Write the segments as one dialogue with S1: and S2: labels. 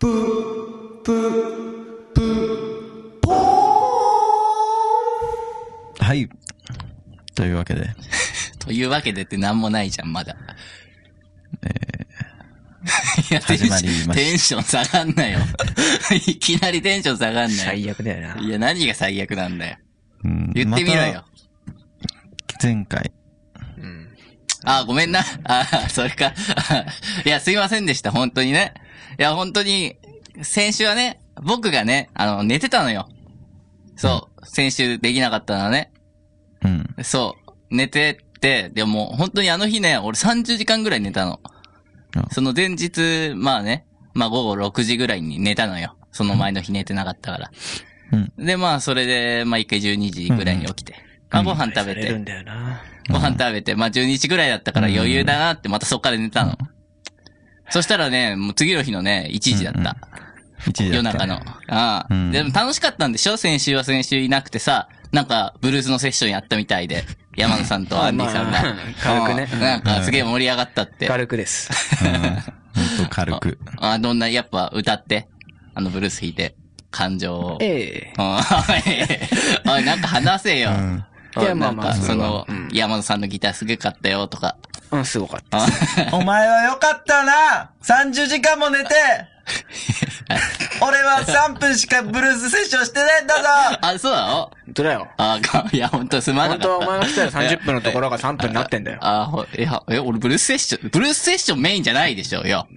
S1: ぷ、ぷ、ぷ、ぽー
S2: はい。というわけで、
S3: というわけでってなんもないじゃん、まだ。いや、テンシ
S2: 始まり
S3: ョン、
S2: ました
S3: テンション下がんなよ。いきなりテンション下がんなよ。
S1: 最悪だよな。
S3: いや、何が最悪なんだよ。
S2: うん
S3: 言ってみろよ。。
S2: また前回、
S1: うん。
S3: あ、ごめんな。あ、それか。いや、すいませんでした、本当にね。いや、本当に、先週はね、僕がね、あの、寝てたのよ。そう、先週できなかったのはね。
S2: うん。
S3: そう、寝てて、でも本当にあの日ね、俺30時間ぐらい寝たの
S2: あ。
S3: その前日、まあね、まあ午後6時ぐらいに寝たのよ。その前の日寝てなかったから。
S2: うん。
S3: で、まあそれで、まあ一回12時ぐらいに起きて。まあご飯食べ
S1: され
S3: て
S1: る、んだよな。
S3: ご飯食べて、まあ12時ぐらいだったから余裕だなって、またそっから寝たの。そしたらね、もう次の日のね、1時だった。
S2: 一時だ
S3: 夜
S2: った
S3: 中の。。ああ、
S2: うん
S3: でも楽しかったんでしょ先週は先週いなくてさ、なんか、ブルースのセッションやったみた いで、山野さんとアンディさんが。
S1: まあ軽くね
S3: うんなんか、すげえ盛り上がったって。
S1: 軽くです。
S2: うん。ほんと軽く。
S3: あ、どんな、やっぱ歌って、あの、ブルース弾いて、感情を。
S1: ええ。
S3: うん おい、なんか話せよ。
S2: うん。
S1: いや
S3: お
S1: ま
S3: な
S1: あ
S3: ん
S1: ま
S3: か、
S1: あ
S3: そ
S1: それは
S3: の
S1: うん、
S3: 山野さんのギターすげえかったよとか。
S1: うん、すごかった。
S3: あ
S2: お前はよかったな !30 時間も 寝て俺は3分しかブルースセッションしてないんだぞ
S3: あ、そうなの
S1: 本当だよ。
S3: あ、かいや、本当すまなか
S1: 本当は
S3: った。
S1: お前が来たら30分のところが3分になってん だよ。
S3: あ、ほ、いや、え、俺ブルースセッション、ブルースセッションメインじゃないでしょ、よ。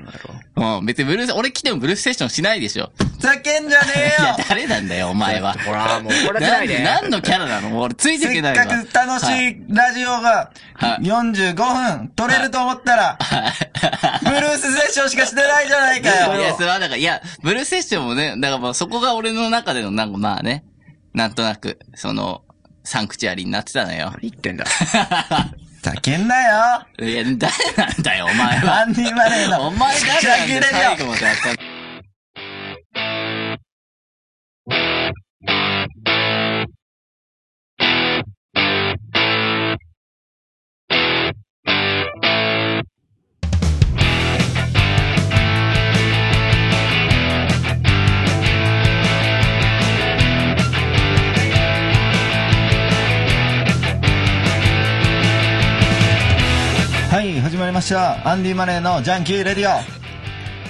S3: うん、別にブルース、俺来てもブルースセッションしないでしょ。
S2: 叫んじゃね
S3: いや、誰なんだよ、お前は。
S1: ほら、もう怒らせな
S3: ないん
S1: で。
S3: 何のキャラなの俺ついていけないわ。はい。
S2: いラジオが
S3: はい
S2: 45分撮れると思ったら、ブルースセッションしかしてないじゃな い
S3: いや、それはだから、いや、ブルースセッションもね、だからもうそこが俺の中での、なんかまあね、なんとなく、その、サンクチュアリになってたのよ。
S1: 言ってんだ。
S2: 叫んなよ
S3: いや、誰なんだよ、お前は。
S2: ンディマレー
S3: お前誰なんだよ、最後までやった
S2: はい、始まりました。アンディマレーのジャンキーレディオ。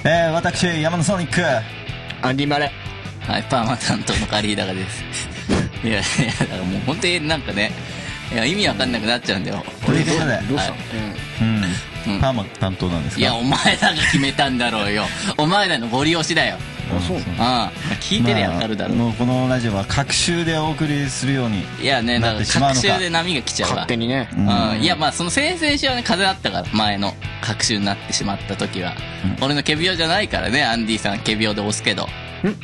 S2: えー、私、山野ソニック。
S1: アンディマレ。
S3: はい、パーマ担当のカリーダガです。いや、いや、だからもう本当になんかね、いや、意味わかんなくなっちゃうんだよ。
S2: ということで、
S1: どうした
S3: は
S2: うん。パーマ担当なんですか
S3: いや、お前らが決めたんだろう よ。お前らのゴリ押しだよ。
S2: うん
S1: あそう
S3: うん。聞いてりゃわかるだろう。
S2: まあもうこのラジオは各週でお送りするように。
S3: いやね、
S2: な
S3: なん
S2: って
S3: か、
S2: しまう
S3: 隔
S2: のか
S3: 週で波が来ちゃうわ
S1: 勝。手にね。
S3: うん、いや、まあ、その先々週はね、風邪だったから、前の、隔週になってしまった時は。俺の仮病じゃないからね、アンディさん仮病で押すけど。
S1: ん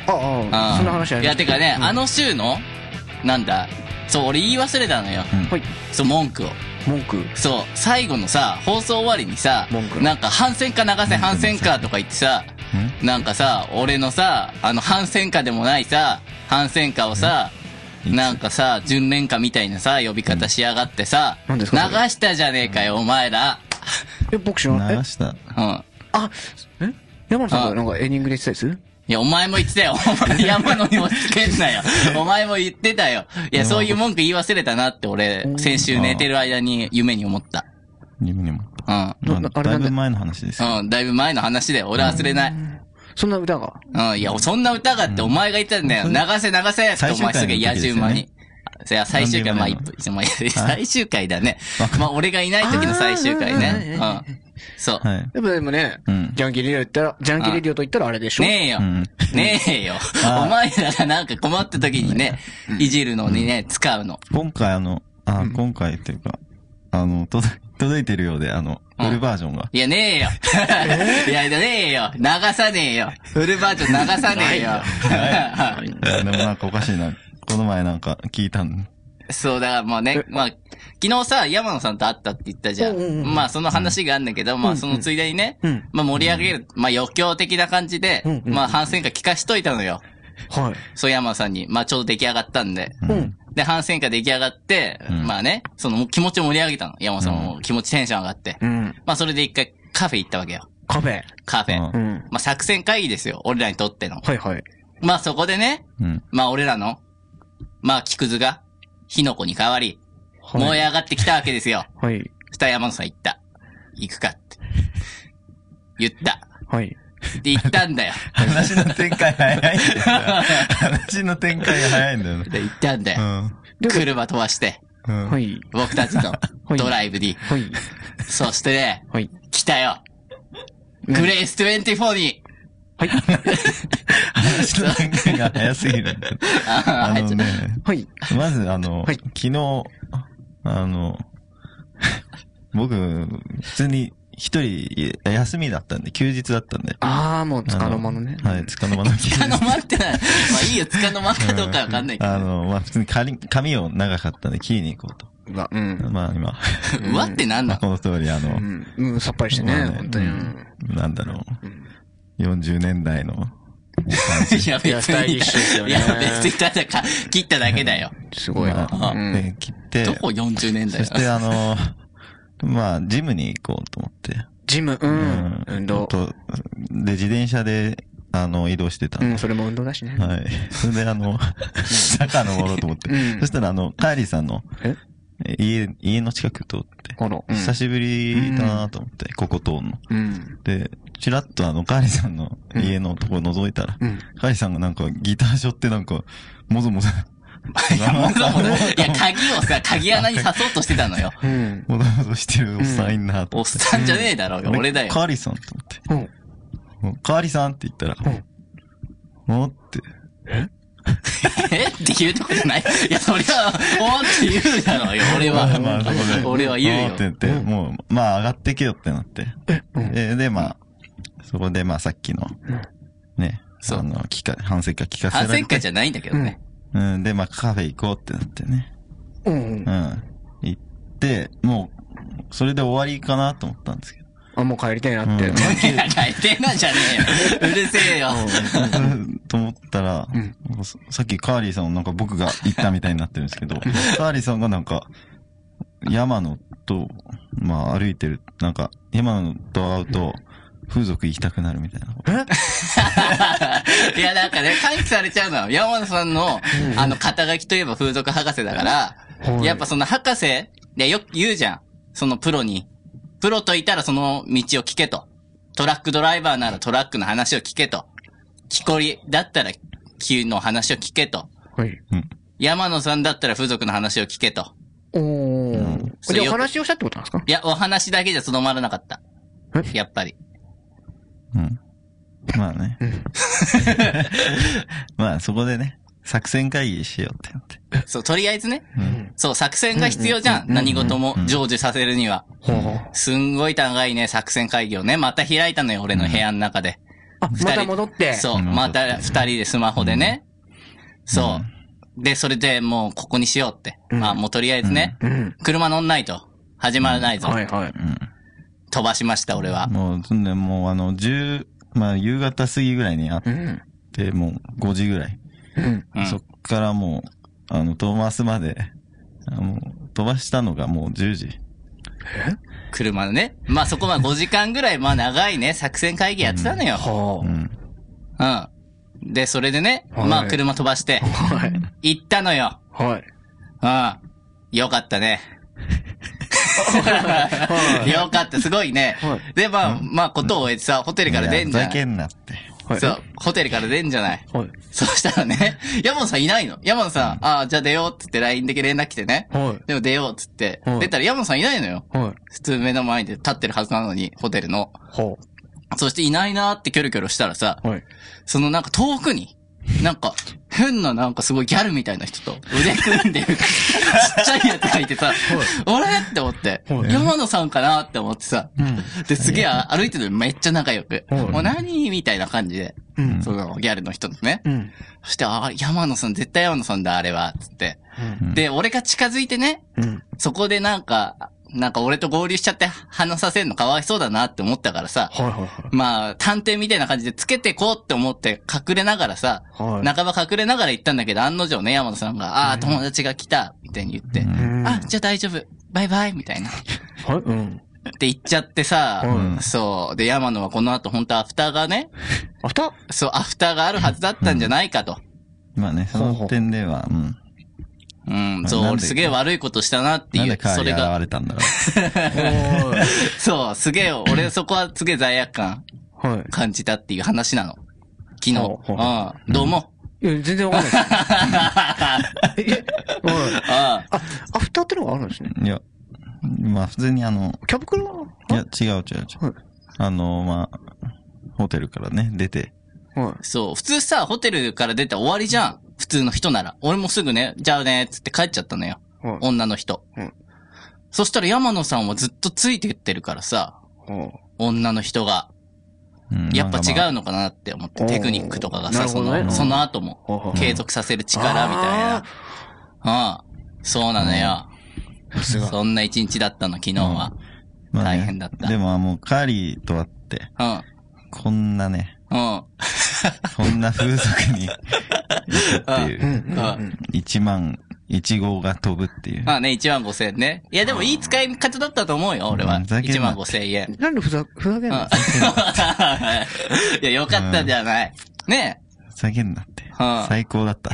S1: ああ、そんな話
S3: いや、てかね、あ
S1: の、
S3: の週の、なんだ、そう、俺言い忘れたのよ。
S1: はい。
S3: そう、文句を。
S1: 文句。
S3: そう、最後のさ、放送終わりにさ
S1: 文句、
S3: なんか反戦か流せ、反戦かとか言ってさ、なんかさ、俺のさ、あの反戦かでもないさ、反戦かをさ、なんかさ、純恋歌みたいなさ、呼び方しやがってさ、
S1: うん何
S3: 流
S1: ですかそれ
S3: したじゃねえかよ、お前ら。
S1: え、僕知らない。え
S2: 流した。
S3: うん。
S1: あ、え山野さん
S3: あ
S1: がなんかエンディングで言ってたやつ
S3: いや、お前も言っ てたよ。お前山のに押し付けんなよ。お前も言ってたよ。いや、そういう文句言い忘れたなって俺、先週寝てる間に夢に思った。
S2: 夢にも。
S3: うん。
S1: な
S2: まあ
S1: あれ
S2: だ
S1: ないんで
S2: ぶ前の話ですよ。
S3: うん、だいぶ前の話だよ。俺は忘れない。
S1: そんな歌が。
S3: うん、いや、そんな歌があってお前が言ったんだよ。流せ流せってお前すぐ野獣馬に。いや、最終回、まあ、一分、まあ最終回だね。まあ、俺がいない時の最終回ね。うん。そう。
S2: はい。
S1: やっぱでもね、
S2: うん
S1: ジャンキーレディオ言ったら、ジャンキーレディオと言ったらあれでしょ
S3: ねえよ
S2: うん。
S3: ねえよ。お前らがなんか困った時にね、いじるのにね、使うの。
S2: 今回あの、あ、今回っていうか、あの、届い届いてるようで、あの、
S3: うん
S2: フルバージョンが。
S3: いや、ねえよ。 いや、ねえよ。流さねえよ。フルバージョン流さねえよ。
S2: でもなんかおかしいな。この前なんか聞いたん
S3: そう、だからまあね、まあ、昨日さ、山野さんと会ったって言ったじゃん。
S1: うんうんうん
S3: まあ、その話があんだけど、まあ、そのついでにね、
S1: うん
S3: まあ、盛り上げる、まあ、余興的な感じで、
S1: うんうん
S3: まあ、反省会聞かしといたのよ。
S1: はい。
S3: そう、山野さんに。まあ、ちょうど出来上がったんで。
S1: うん。
S3: で、反省会出来上がって、
S2: ん
S3: まあね、その気持ちを盛り上げたの。山野さんも気持ちテンション上がって。
S1: うん。
S3: まあ、それで一回カフェ行ったわけよ。
S1: カフェ。
S3: カフェ。
S1: う
S3: ま
S1: ん。
S3: あ、作戦会議ですよ。俺らにとっての。
S1: はいはい。
S3: まあ、そこでね、
S4: うん。
S3: まあ、俺らの、まあ、木くずが、火の粉に変わり、
S1: はい
S3: 燃え上がってきたわけですよ。
S1: はい。
S3: そしたら山野さん言った。行くかって。言った。
S1: はい。
S3: で、行ったんだよ。
S4: 話の展開早いんだよ。 話の展開が早いんだよ ね。
S3: で、行ったんだよ。車飛ばして、
S4: うん。うん。
S1: は。い。
S3: 僕たちのドライブに。
S1: はい。
S3: そしてね、
S1: はい。
S3: 来たよ。グレース24に。
S1: はい。
S4: 話の展開が早すぎ るんだよ。
S3: あ
S4: あ
S3: ー
S4: のね、
S1: はい。
S4: まずあの、
S1: はい
S4: 昨日、あの、僕、普通に一人休みだったんで、休日だったんで。
S1: あー、もう、つかの間のね。
S4: はい、つかの間の 休
S3: つかの
S4: 日。
S3: 間ってない。まあいいよ、つかの間かどうかわかんないけど。
S4: あの、まあ、普通に髪髪を長かったんで切りに行こう
S1: うわうん
S4: と。。まあ 今、
S3: うわってなん
S4: まあ
S3: だ
S4: この通りあの、
S1: うん。うん、さっぱりしてね、
S4: まあ
S1: 本当に。うん
S4: うんなんだろう、40年代の、
S3: いや、別
S1: いやスタイリ
S3: に
S1: ッシュですよ。
S3: い
S1: ね
S3: や、別にただか、切っただけだよ。
S1: すごいな。
S4: まあ
S1: うん
S4: で切って、
S3: どこ40年だ
S4: そ
S3: よ
S4: し。 てあの、 まあ、ジムに行こうと思って。
S1: ジム、うん。運動。
S4: と、で、自転車で、あの、移動してた
S1: うんん、
S4: で。
S1: それも運動だしね。
S4: はい。それで、あの、 坂登ろうと思って。
S1: うん
S4: そしたら、あの、カーリーさんの
S1: え、
S4: え家、家の近く通って、
S1: ほら。うん
S4: 久しぶりだなと思って、ここ通んの。
S1: うん。
S4: で、チラッとあの、カーリーさんの家のところ覗いたら、
S1: うん。
S4: カーリーさんがなんかギターしょってなんか、もぞもぞ、
S3: いや、もうそうだよいや、鍵をさ、鍵穴に刺そうとしてたのよ。
S1: うん。
S4: もぞもぞしてるおっさんいんなと
S3: お
S4: 思
S3: っ
S4: って。
S3: さんじゃねえだろうよ、
S4: あれ
S3: 俺だよ。
S4: カーリーさんと思って。
S1: うん。
S4: カーリさんって言ったら、おって、
S3: えって言うとこじゃないいや、そりゃ、おーって言うだろうよ、俺
S4: まあまあ、
S3: は。
S4: そこで。
S3: 俺は言うよ
S4: おーって言って、もう、まあ上がってけよってなって。で、で、まあ、そこでまあさっきの、ね、
S3: そう
S4: あの、聞か、反省会聞かせ
S3: 反
S4: られ
S3: 省
S4: て
S3: 会じゃないんだけどね。
S4: うん、で、まあカフェ行こうってなってね。
S1: うん
S4: う。ん。行って、もう、それで終わりかなと思ったんですけど。
S1: あ、もう帰りたいなって
S4: うん。
S3: いや、大変なんじゃねえよ。うるせえよ。
S4: と思ったら、
S1: うん
S4: なんかささっきカーリーさんをなんか僕が行ったみたいになってるんですけど、 カーリーさんがなんか、山野と、まあ歩いてる、なんか、山野と会うと、風俗行きたくなるみたいな。
S3: いや、なんかね、喚起されちゃうのよ。山田さんの、あの、肩書きといえば風俗博士だから、
S1: はい
S3: やっぱその博士、いや、よく言うじゃん。そのプロに。プロといたらその道を聞けと。トラックドライバーならトラックの話を聞けと。木こりだったら木の話を聞けと。
S1: はい。
S3: 山野さんだったら風俗の話を聞けと。
S1: おー。
S3: そ
S1: じ
S3: れ
S1: ゃあ
S3: よ
S1: お
S3: く
S1: 話をしたってことなんですか
S3: いや、お話だけじゃとどまらなかった。
S1: え
S3: やっぱり。
S4: うん。まあね。 まあそこでね、作戦会議しようってなって。
S3: そう、とりあえずね。
S4: うん
S3: そう、作戦が必要じゃん。何事も成就させるには。
S1: ほうほう
S3: すんごい長いね、作戦会議をね、また開いたのよ、俺の部屋の中で。
S1: あ、ま
S3: 二人
S1: た戻って。
S3: そ
S4: う
S3: う、
S4: ん
S3: また二人でスマホでね。そう。で、それでもうここにしようって。
S1: うん
S3: まあもうとりあえずね、
S1: うん。
S3: 車乗んないと。始まらないぞ。
S1: はいはい。
S3: 飛ばしました、俺は。
S4: もう、そんでもうあの、10、まあ夕方過ぎぐらいに会っ
S1: うん。
S4: て、もう5時ぐらい。
S1: うん。
S3: うん
S4: そっからもう、あの、飛ばすまで、あの、飛ばしたのがもう10時。
S3: 車でね。まあそこは5時間ぐらい、まあ長いね、作戦会議やってたのよ。
S1: は
S4: うん。
S3: うん。で、それでね、
S1: はい
S3: まあ車飛ばして、
S1: あ。はい。
S3: 行ったのよ。
S1: はい。
S3: うん。よかったね。
S1: はい。
S3: よかった、すごいね。
S1: はい
S3: で、まあ、まあ、ことを終えてさ、ホテルから出ん
S4: い
S3: じ
S4: や
S3: ゃ
S4: ふざ
S3: ん。
S4: けんなって。
S1: はい。
S3: そう、ホテルから出んじゃない。
S1: はい。
S3: そうしたらね、 山野さんいないの。山野さん、ああ、じゃあ出ようってって LINE で連絡来てね。
S1: はい。
S3: でも出ようってって
S1: は、い
S3: 出たら山野さんいないのよ。
S1: はい。
S3: 普通目の前で立ってるはずなのに、ホテルの。
S1: は
S3: そしていないなーってキョロキョロしたらさ
S1: あ。、はい。
S3: そのなんか遠くに、なんか、変ななんかすごいギャルみたいな人と腕組んでるちっちゃいやつがいてさ、あれって思って、
S1: はい
S3: 山野さんかなって思ってさ、で、すげえ歩いてるのめっちゃ仲良く、
S1: はい
S3: もう何みたいな感じで、
S1: うん。
S3: そのギャルの人とね。
S1: うん。
S3: そして、あ、山野さん、絶対山野さんだ、あれは、つって。
S4: うん
S3: で、俺が近づいてね、
S1: うん。
S3: そこでなんか、なんか俺と合流しちゃって話させるのかわいそうだなって思ったからさ、
S1: はいはい
S3: まあ、探偵みたいな感じでつけてこうって思って隠れながらさ、
S1: はい。はい。
S3: 半ば隠れながら行ったんだけど、案の定ね、山野さんが、ああ、友達が来た、みたいに言って、
S1: うん
S3: あ、じゃあ大丈夫、バイバイ、みたいな。
S1: はい。うん。
S3: って言っちゃってさ、
S1: うん
S3: そう。で、山野はこの後本当アフターがね、
S1: アフター
S3: そう、アフターがあるはずだったんじゃないかと。
S4: まあね、その点では、うん。
S3: うん、
S4: ん
S3: そう、
S4: なんで
S3: 俺すげえ悪いことしたなって
S4: なん
S3: い
S4: で
S3: う、
S4: カー
S3: そ
S4: リ
S3: れ
S4: ーが
S3: が、
S4: 現れたんだろ
S3: そう、すげえ、俺そこはすげえ罪悪感
S1: は
S3: 感じたっていう話なの。昨日。
S1: ほうほう
S3: うん、どうも。
S1: い。いや、全然わかんないです。え、はい。
S3: あ
S1: あ、アフターってのがあるんですね。
S4: う。いや、まあ普通にあの、
S1: キャブクロ
S4: いや、違う違う違う。
S1: はい。
S4: あの、まあ、ホテルからね、出て、
S1: は
S3: そう、普通さ、ホテルから出たら終わりじゃん。普通の人なら。俺もすぐね、じゃあね、つって帰っちゃったのよ。
S1: い。はい。
S3: 女の人。
S1: うん
S3: そしたら山野さんはずっとついてってるからさ、
S1: は
S3: 女の人が。
S4: うん
S3: やっ
S4: な
S3: ぱ
S4: んかま
S3: 違うのかなって思って、
S1: おー
S3: テクニックとか
S1: な
S3: がさ、
S1: る
S3: そ
S1: ほどね
S3: の、その後も、
S1: あは
S3: 継続させる力みたいな。ああ、そうなのよ。
S1: あ。すが。
S3: そんな一日だったの、昨日は。
S4: まあね
S3: 大変だった
S4: でももうカーリーと会って、
S3: うん。
S4: こんなね、
S3: うん。
S4: こんな風俗に行くっていうう。
S1: ん。うん。
S4: 1万、1号が飛ぶっていう。
S3: まあね、1万5千円ね。いや、でもいい使い方だったと思うよ、俺は。
S4: うんふざけんな
S3: 1万5千円。
S1: なんでふざ、ふざけん
S3: うん
S1: の
S3: いや、よかったんじゃない。ねえ。
S4: ふざけんなって
S3: うん。
S4: 最高だった。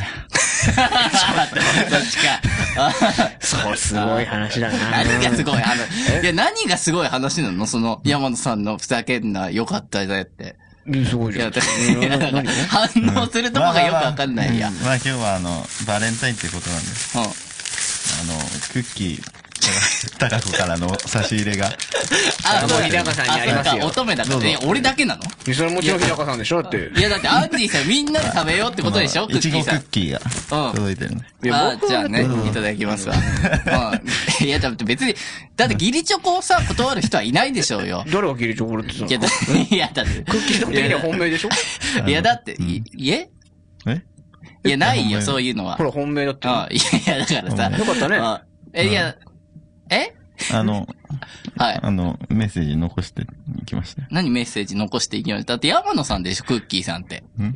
S3: どっちか。あ
S1: そう、すごい話だ な。
S3: 何がすごい話。いや、何がすごい話なのその、山野さんのふざけんな、よかったぜって。
S1: うんすごい
S3: い
S1: じゃ
S3: や、
S1: ん。
S3: だ
S1: うん
S3: いやだから
S1: 何
S3: 反応するとこがよくわかんない。いや。
S4: う
S3: うん
S4: ん。まあ今日はあの、バレンタインってことなんで、
S3: あ、
S4: あの、クッキー、タカ子からの差し入れが。
S3: そう
S1: 日高さんにありますよ
S3: あそうか乙女だから。ね俺だけなの
S1: それもちろん日高さんでしょだって。
S3: いや、だってアンディさんみんなで食べようってことでしょクッ
S4: いち
S3: キ
S4: ご
S3: ー
S4: ク
S3: さん
S4: ッ。キーが届いてるね。
S1: いや
S3: あ
S1: 僕は
S3: じゃあね
S4: う、ん
S3: いただきますわ。うんいや、だって別に、だってギリチョコをさ、断る人はいないでしょうよ。
S1: 誰が切りチョコレートって
S3: い
S1: 言
S3: や、
S1: っ
S3: だ いやだって。クッ
S1: たの基本的には本命でしょ
S3: いや、だって、
S4: うん
S3: いえ
S4: え
S3: いや、ない
S4: 本
S3: よ、
S4: 命
S3: そういうのは。
S1: ほら、本命だって。
S3: あいや、いや、だからさ。
S1: よかったね
S3: あえ、いや、え
S4: あの、
S3: はい。
S4: あの、メッセージ残していきましたよ。
S3: 何メッセージ残していきましょうだって山野さんでしょ、クッキーさんって。
S4: ん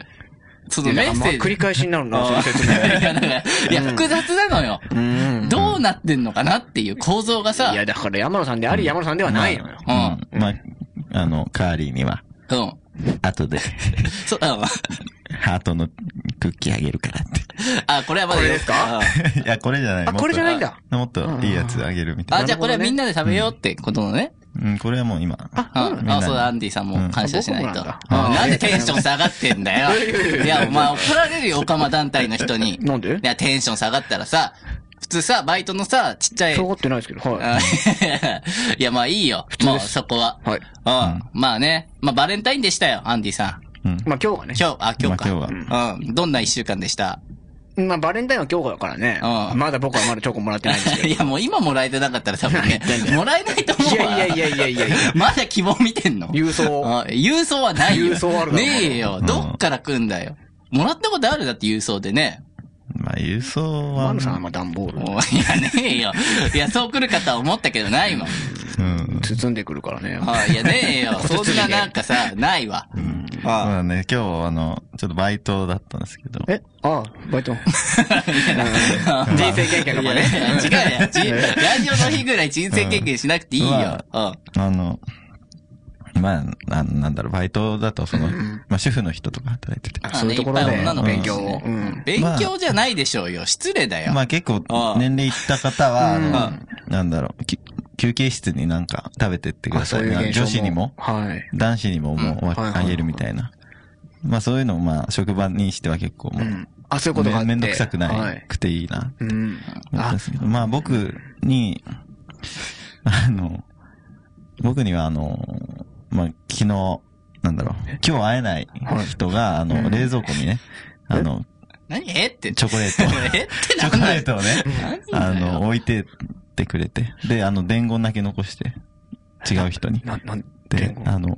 S3: そ
S1: い
S3: の
S1: や
S3: メ
S1: だから
S3: ッ
S1: まあ
S3: セー
S1: 繰
S3: ジ
S1: り。返しになるな、その説明。
S3: いや、だからいや、複雑なのよ。
S1: うん。
S3: どうなってんのかなっていう構造がさ
S1: い、や、だから山野さんであり、山野さんではないのよ。
S3: うん。うん。
S4: まあ、あの、カーリーには、後で、
S3: そう、うん。
S4: ハートのクッキーあげるからっ
S3: あ、これはまだ
S1: これですか
S3: うん
S4: て。い や、これじゃない。
S1: あ、これじゃないんだ。
S4: もっともっといいやつあげるみたい
S3: あ、
S4: な。
S3: じゃあこれはみんなで食べようってことのね。
S4: うん、これはもう今。
S1: あ、
S3: うん
S1: そうなんだ。
S3: あ、そうだ、アンディさんも感謝しない
S1: うん
S3: と。
S1: あ
S3: うん
S1: 僕もなんだ
S3: なんでテンション下がってん だよ。いや、お前怒られるよ、オカマ団体の人に。い
S1: なんで
S3: や、テンション下がったらさ、普通さ、バイトのさ、ちっちゃい。
S1: そうってないですけど、はい。
S3: うん いや、まあいいよ。もうそこは。
S1: はい。
S3: うん。まあね。まあバレンタインでしたよ、アンディさん。
S4: うん。
S1: まあ今日はね。
S3: 今日、あ、今日か。
S4: まあ今日
S3: うん。どんな一週間でした
S1: まあバレンタインは今日だからね。
S3: うん
S1: まだ僕はまだチョコもらって ないんですけど。
S3: いや、もう今もらえてなかったら多分 ね、もらえないと思
S1: いう
S3: わ。
S1: やいやいやいやいやいや。
S3: まだ希望見てんの
S1: 郵送。
S3: あ郵送はないよ。
S1: 郵送あるだろ
S3: ねえよ。
S4: うん
S3: どっから来んだよ。もらったことあるだって郵送でね。
S4: まあ、郵送は
S1: マ、野さんはまあ段ボール
S3: もういやねえよ。いや、そう来るかとは思ったけどないもん。
S4: うん。
S1: 包んでくるからね。
S3: あいや、ねえよ。そんななんかさ、ないわ。あ
S4: まあね、今日、あの、ちょっとバイトだったんですけど。
S1: えああ、バ イト。うん人生経験と
S3: いや
S1: か
S3: いや
S1: ね。
S3: 違うやん。じラジオの日ぐらい人生経験しなくていいよ。
S4: う
S3: うんん。あ
S4: あの、まあ、ななんだろう、バイトだと、その、まあ、主婦の人とか働いてて。
S1: そういうところで
S3: ねいっぱい女の子
S4: 勉
S1: 強を
S3: いますしね
S4: うん
S3: 勉強じゃないでしょうよ。失礼だよ。
S4: まあ結構
S3: ああ、
S4: 年齢いった方は、あの、なんだろう、き休憩室になんか食べてってく
S1: あ
S4: だ
S1: そ
S4: さ
S1: う
S4: い。
S1: いう現象
S4: 女子にも、
S1: はい。
S4: 男子にももう
S1: は
S4: わ
S1: いはいはい
S4: あげるみたいな。まあそういうのをまあ職場にしては結構も
S1: う
S4: う、
S1: ん。あ、そういうことがあっ
S4: め
S1: て。
S4: めんどくさく
S1: は
S4: ない
S1: い。
S4: くていいな。
S1: うん。
S4: 思ったん
S1: あ
S4: で、すけどまあ僕に、あの、僕にはあの、まあ昨日、なんだろう、今日会えない人が、あの、冷蔵庫にね、あの、
S3: 何えって。
S4: チョコ レート。
S3: えって
S4: チ
S3: な
S4: ョコ
S3: んだ
S4: レ
S3: よ
S4: ー。トをね、あ
S3: 何だよ
S4: の、置いてってくれて。で、あの、伝言だけ残して、違う人に。
S1: な、なん
S4: で
S1: 伝、言
S4: あの、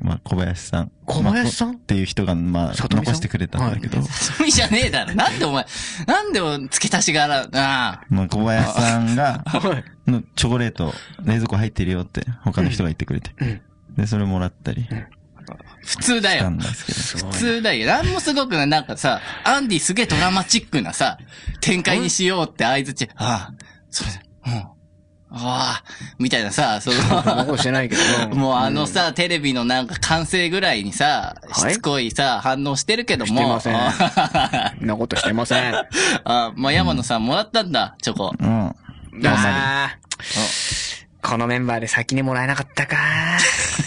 S4: まあ、小林さん。
S1: 小林さ
S4: まあ
S1: ん
S4: こっていう人が、まあ、
S1: 里見さん
S4: 残してくれたんだけど、
S3: 趣味じゃねえだろ。なんでお前、なんでお付け足しがあら、なあ。
S4: まあ、小林さんが、
S1: はい。
S4: のチョコレート、冷蔵庫入ってるよって、他の人が言ってくれて。で、それもらったり
S3: 普通だ
S4: した
S3: よ
S4: ん。ですけど。
S1: すごい
S3: 普。通だよ。なんもすごくない。なんかさ、アンディすげえドラマチックなさ、展開にしようって合図ち、ああ、それだ、うん。ああ、みたいなさ、そ
S1: 残
S3: の、
S1: してないけど。
S3: もうあのさ、テレビのなんか完成ぐらいにさ、
S1: はい
S3: しつこいさ、反応してるけども。
S1: してません
S3: あ
S1: うん。んなことしてません。あ
S3: あ、まあ、山野さんもらったんだ、チョコ。
S4: うん。
S1: あ。このメンバーで先にもらえなかったか。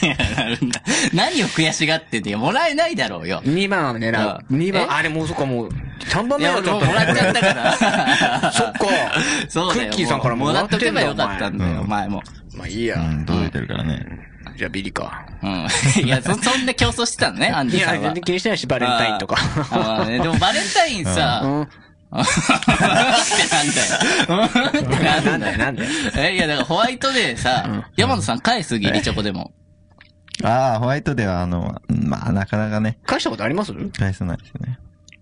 S3: いやなるんだ 何を悔しがってんだよ。もらえないだろうよ。
S1: 2番は狙
S3: あ
S1: う。2
S3: え
S1: 番、あれもうそっかもう、3番
S3: い
S1: 目
S3: や、
S1: だ
S3: 俺
S1: ちょ
S3: も
S1: っ
S3: も
S1: た
S3: らっちゃったか ら。
S1: そっか。
S3: そうだよ。
S1: クッキーさんからも
S3: も
S1: ら
S3: ら
S1: っ
S3: ってと
S1: んだ
S3: けばよかったんだよ、
S4: お
S3: お前も。
S1: まあいいや。
S4: うん、届いてるからね。
S1: じゃあビリか。
S3: うん。いや、そ、 そんな競争してた のね、アン
S1: い
S3: ディ
S1: や
S3: さ、んは
S1: 全然。気にしてないし、バレンタインとか。
S3: あまあねでもバレンタインさ、
S1: う
S3: うん
S1: ん。
S3: って なんだよ。うんって
S1: な
S3: な
S1: だ
S3: んん
S1: よ、
S3: だよ。
S1: なんだよ。
S3: え、いや、だからホワイトデーさ、山野さん返す、ギリチョコでも。
S4: ああ、ホワイトでは、あの、まあ、なかなかね、
S1: 返したことあります
S4: 返さないですね。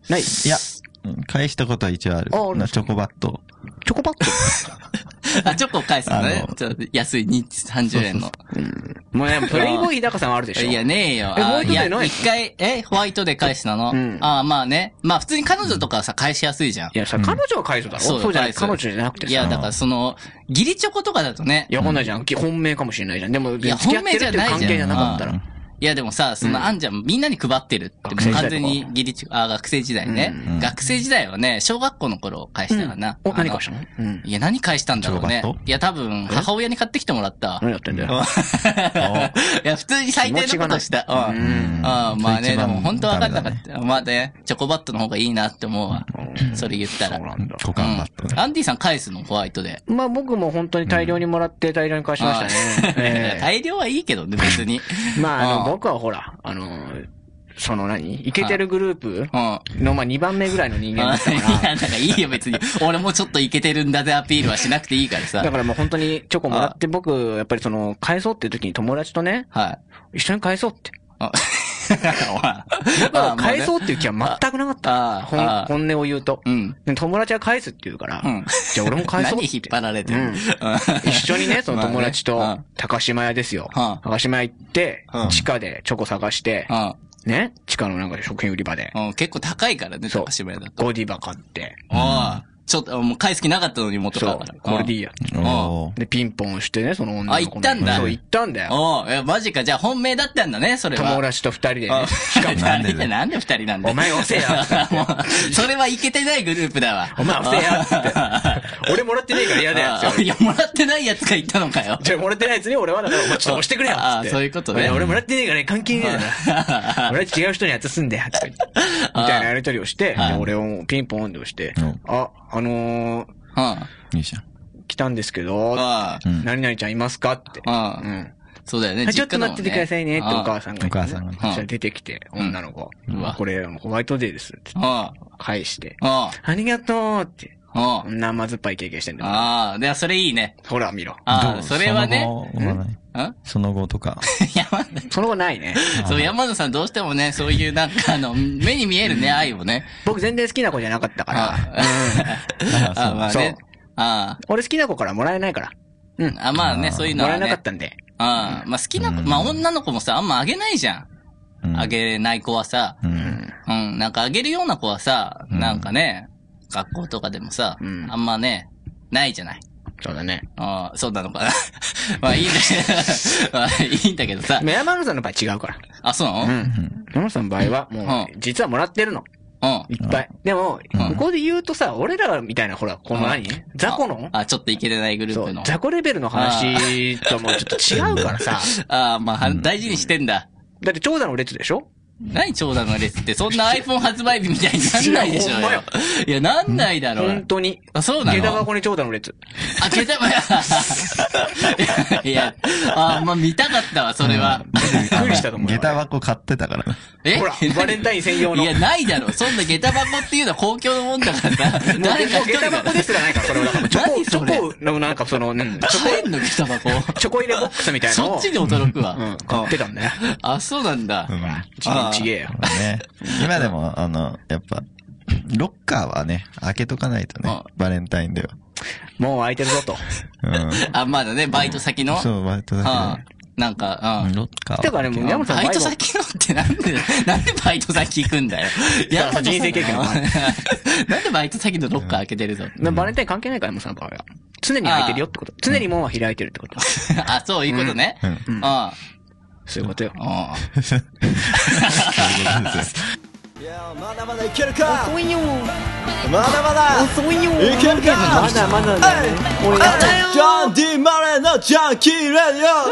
S1: ないチ
S4: いや、うん返したことは一応ある。
S1: ああるんです
S4: チョコバット。
S1: ョコパック
S3: あ、チョコ返すのね
S4: あ。の
S3: ちょっと安いに30円の。
S1: もう ね、プレイボーイ日高さんあるでしょ。
S3: いや、ねえよ。
S1: えホワ
S3: あ
S1: イトデー
S3: や
S1: ない
S3: 一回、え、ホワイトデー返すなの
S1: うん
S3: あまあね。まあ普通に彼女とかはさ、返しやすいじゃん
S1: い。や、さ、彼女が返すだろ
S3: そう
S1: そ
S3: だ
S1: うじゃない。
S3: 返す
S1: 彼女じゃなくて
S3: い
S1: さ。いや
S3: や、だからその、ギリチョコとかだとね。、
S1: わかんないじゃん。本命かもしれないじゃん。でも、
S3: いや
S1: 付き合ってるっていう関係じゃなかった
S3: う
S1: ら
S3: ん。いや、でもさ、その、あんじゃん、みんなに配ってるって、
S1: 学生時代とか
S3: 完全にギリチョコ、あ、学生時代ね、
S4: うん
S3: 学生時代はね、小学校の頃返したからな。
S1: うんお、
S3: あの
S1: 何かしたのうん。
S3: いや、何返したんだろ
S4: チ
S3: うね
S4: ョコバット。
S3: いや、多分、母親に買ってきてもらったわ。
S1: 何やってんだよ。
S3: いや、普通に最低のことした。
S1: う
S3: う
S1: ん。
S3: ん。ああまあね、
S4: 一
S3: で
S4: 番
S3: も本当分かんな
S4: ダ
S3: か
S4: メ
S3: った。まあね、チョコバットの方がいいなって思うわ。それ言ったら。
S1: そうなんだ。
S4: 股
S3: う
S4: 間
S3: ん
S4: バットね。
S3: アンディさん返すのホワイトで。
S1: まあ僕も本当に大量にもらって大量に返しましたね。
S3: ああ
S1: え
S3: 大量はいいけどね、別に。
S1: えまああ
S3: ああ
S1: の、僕はほら、あの、その何イケてるグループ
S3: うん。
S1: の、まあ2番目ぐらいの人間だった
S3: い
S1: か
S3: や、なんかいいよ、別に。俺もちょっといけてるんだぜ、アピールはしなくていいから
S1: ら。だ
S3: さ。
S1: からもう本当にチョコもらって僕、やっぱりその、返そうっていう時に友達とね、
S3: はい。
S1: 一緒に返そうって。
S3: あ
S1: 僕は返そううっていう気は全くなかっ
S3: ああ
S1: た。ほん
S3: ああ
S1: 本音を言うと。
S3: うん。
S1: で友達が返すって言うから、
S3: うん
S1: じゃあ俺も返そう
S3: 何
S1: って
S3: 引っ張られてる
S1: うん一 緒にね、その友達
S3: まあ
S1: と
S3: ね、
S1: 高島屋ですよ。
S3: うん
S1: 高島屋行って
S4: う、ん
S1: 地下でチョコ探して
S3: う、ん
S1: ね、地下のなんか食品売り場で、
S3: うん。うん。結構高いからね、
S1: そう
S3: 高島屋だと。
S1: ゴディバ買って、
S3: ああ。ちょっと、もう返す気なかったのに元
S1: そ
S3: だ
S1: う
S3: から。、
S1: これでいいや。
S4: おー
S1: で、ピンポンしてね、その女の子
S3: あ行ったんだ
S1: そう、行ったんだよ。
S3: おうえ、マジか。じゃあ本命だったんだね、それは。
S1: 友達と二人で
S3: あ
S1: ね。
S4: なん
S3: 二
S4: で
S3: 人で、 なんで二人なんだ
S1: お
S3: よ
S1: 前押せや
S3: もうそれはいけてないグループだわ。
S1: お前押せやっつ って。俺もらってねえから嫌だよっつっ
S3: あ
S1: て。
S3: いや、もらってないやつが言ったのかよ。
S1: じゃあ、もらってないやつに俺はだから、お前ちょっと押してくれよっつって。
S3: ああそういうことね
S1: や俺もらってねえからね関係ねえだな。俺は違う人にやつすんだよ、と か言ってみたいなやりとりをして、
S3: ああ
S1: で俺をピンポンで押して
S4: うん、
S1: あ、あのー、
S3: うん。
S4: いいじゃん。
S1: 来たんですけど、
S3: ああ
S4: うん
S1: 何々ちゃんいますかって。
S3: ああ
S1: うん
S3: そうだよね。
S1: はいちょっと
S3: 実家
S1: 待
S3: だ
S1: っ
S3: もん
S1: て
S3: ね
S1: てくださいねってお母さんが言ってね。
S4: お母さんが
S1: そしたら出てきて、女の子
S3: うんうわ。
S1: これ、ホワイトデーですって
S3: あ
S1: 返して。
S3: あ、
S1: ありがとうって。
S3: ああ、あ
S1: 生酸っぱい経験してんだよ。
S3: あ、ああ、ではそれいいね。
S1: ほら見ろ。
S3: あ
S4: どう
S3: あ、それはね。
S4: その後はない
S3: ん 山
S4: その後とか。
S3: 田
S1: その後ないね。
S3: そう、山田さんどうしてもね、そういうなんかあの、目に見えるね、愛をね。
S1: 僕全然好きな子じゃなかったから。
S4: あ
S3: ああ、まあね
S1: そう。
S3: あ
S1: 俺好きな子からもらえないから。うん。
S3: あ、あまあね、そういうの
S1: もらえな
S3: は
S1: か
S3: ね
S1: っ。たんで。
S3: ああ、まあ好きな子、
S4: うん
S3: まあ女の子もさ、あんまあげないじゃ
S4: うん
S3: ん。あげない子はさ。
S4: うん。
S3: うん、なんかあげるような子はさ、
S4: うん
S3: なんかね、学校とかでもさ、
S1: うん
S3: あんまね、ないじゃない。
S1: そうだね。
S3: ああ、そうなのかな。 まあいいんだけ ど、まあいいんだけどさ。
S1: 山野さんの場合違うから。
S3: あ、そうなの
S1: う
S3: うん。
S1: ん。山野さんの場合は、も
S3: う
S1: う、実はもらってるの。いっぱい。でも、
S3: うん
S1: ここで言うとさ、俺らみたいな、ほら、この何雑魚の
S3: ああ、ちょっといけてないグルー
S1: そ
S3: プ
S1: う
S3: の。、
S1: 雑魚レベルの話ともちょっと違うからさ。
S3: ああ、まあは、大事にしてんだ。
S1: だって長蛇の列でしょ
S3: 何長蛇の列って、そんな iPhone 発売日みたいになんないでしょう
S1: いやほんま
S3: よ
S1: よ。
S3: いや、なんないだろ
S1: 本
S3: う。
S1: 当に。
S3: あ、そうな
S1: 下駄
S3: の
S1: 箱に長蛇の列。
S3: あ、下駄箱 いや、あ、まあ見たかったわ、それは。
S1: びっくりしたと思う
S4: 下
S1: よ。
S4: 駄箱買ってたからね。
S3: え
S1: ほら、バレンタイン専用の。
S3: い
S1: も
S3: や、ないだろ。そんな下駄箱っていうのは公共のもんだからさ。
S1: う
S3: 誰か
S1: もう
S3: 一
S1: 下
S3: 人
S1: 駄
S3: が
S1: 箱ですらないから、それは。だからチョコ、
S3: 何
S1: チ
S3: それ
S1: ョコのなんかその、うん、チョコ、
S3: 入んの下駄箱。
S1: チョコ入れボックスみたいなの
S3: そ
S1: を
S3: っち。に驚くわ。
S1: うん、買ってたんだよ。
S3: あ、そうなんだ。
S4: うん。
S1: ちげえちげえよ。
S4: ね。今でも、あの、やっぱ、ロッカーはね、開けとかないとね
S3: あ、
S4: バレンタインでは。
S1: もう開いてるぞと。
S4: うん。
S3: あ、まだね、バイト先の。
S4: そう、バイトだ
S3: あなんか、
S4: け
S3: う
S4: で。
S3: ん。
S4: ロッカーは。
S1: だからね、もう山本さん
S3: バイト
S1: の前
S3: 先のってなんで、なんでバイト先行くんだよ。い
S1: だから人生経験の
S3: なんでバイト先のロッカー開けてるぞ。
S1: の、バレンタイン関係ないから、山本さんの場合は。常に開いてるよってこと。常に門は開いてるって こと。
S3: あ、そういうことね。
S4: うん。
S3: うん。うん。
S1: そういうことよ。
S5: いやーまだまだいけるか遅いよまだまだ遅いよいけるかまだまだだ俺だジャンディ・マレーのジャンキー・レディオ
S1: は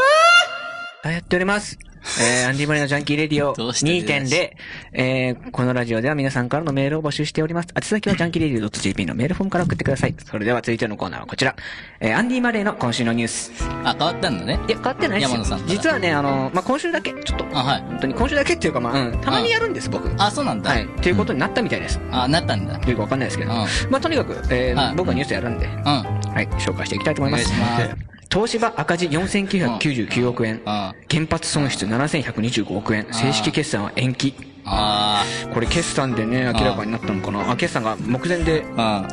S1: いやっております。 えー、アンディマリのジャンキーレディオ
S3: どうして出ないし
S1: 2.0。えー、このラジオでは皆さんからのメールを募集しております。宛先はジャンキーレディオ .jp のメールフォームから送ってください。それでは続いてのコーナーはこちら。えー、アンディマレーの今週のニュース。
S3: あ、変わったんだね。
S1: いや、変わってないですよ。
S3: 山野さんから
S1: 実はね、あの、まあ、今週だけ、ちょっと、
S3: あ、はい。
S1: 本当に今週だけっていうか、まあ、うん、たまにやるんです、僕。は
S3: あ、そうなんだ。
S1: い。ということになったみたいです。
S3: あ、なったんだ。
S1: よくわかんないですけど。
S3: うん
S1: まあ、とにかく、えー
S3: はい
S1: 僕はニュースやるんで、
S3: うん。うん。
S1: はい、紹介していきたいと思います。
S3: お願いしま
S1: 東芝赤字4999億円。
S3: あ
S1: 原発損失7125億円。正式決算は延期。
S3: あ
S1: これ決算でね、明らかになったのかな。あ、決算が目前で、
S3: ー。うん。
S1: あ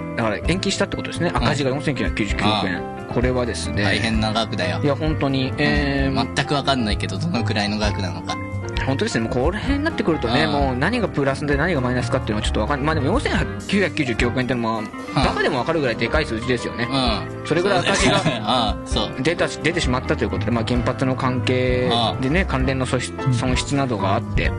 S1: の、だから延期したってことですね。赤字が4999億円。これはですね、
S3: 大変な額だよ
S1: い。や、本当に、えー、
S3: 全くわかんないけど、どのくらいの額なのか。
S1: 本当ですね、もうこの辺になってくるとね、
S3: うん
S1: もう何がプラスで何がマイナスかっていうのはちょっとわかんない、まあでも4999億円ってのは、まあ、バカでもわかるぐらいでかい数字ですよね、
S3: うん。
S1: それぐらい赤字 が
S3: が。うん、そう。
S1: 出たし出てしまったということで、まあ、原発の関係でね、関連の損失損失などがあって、
S3: う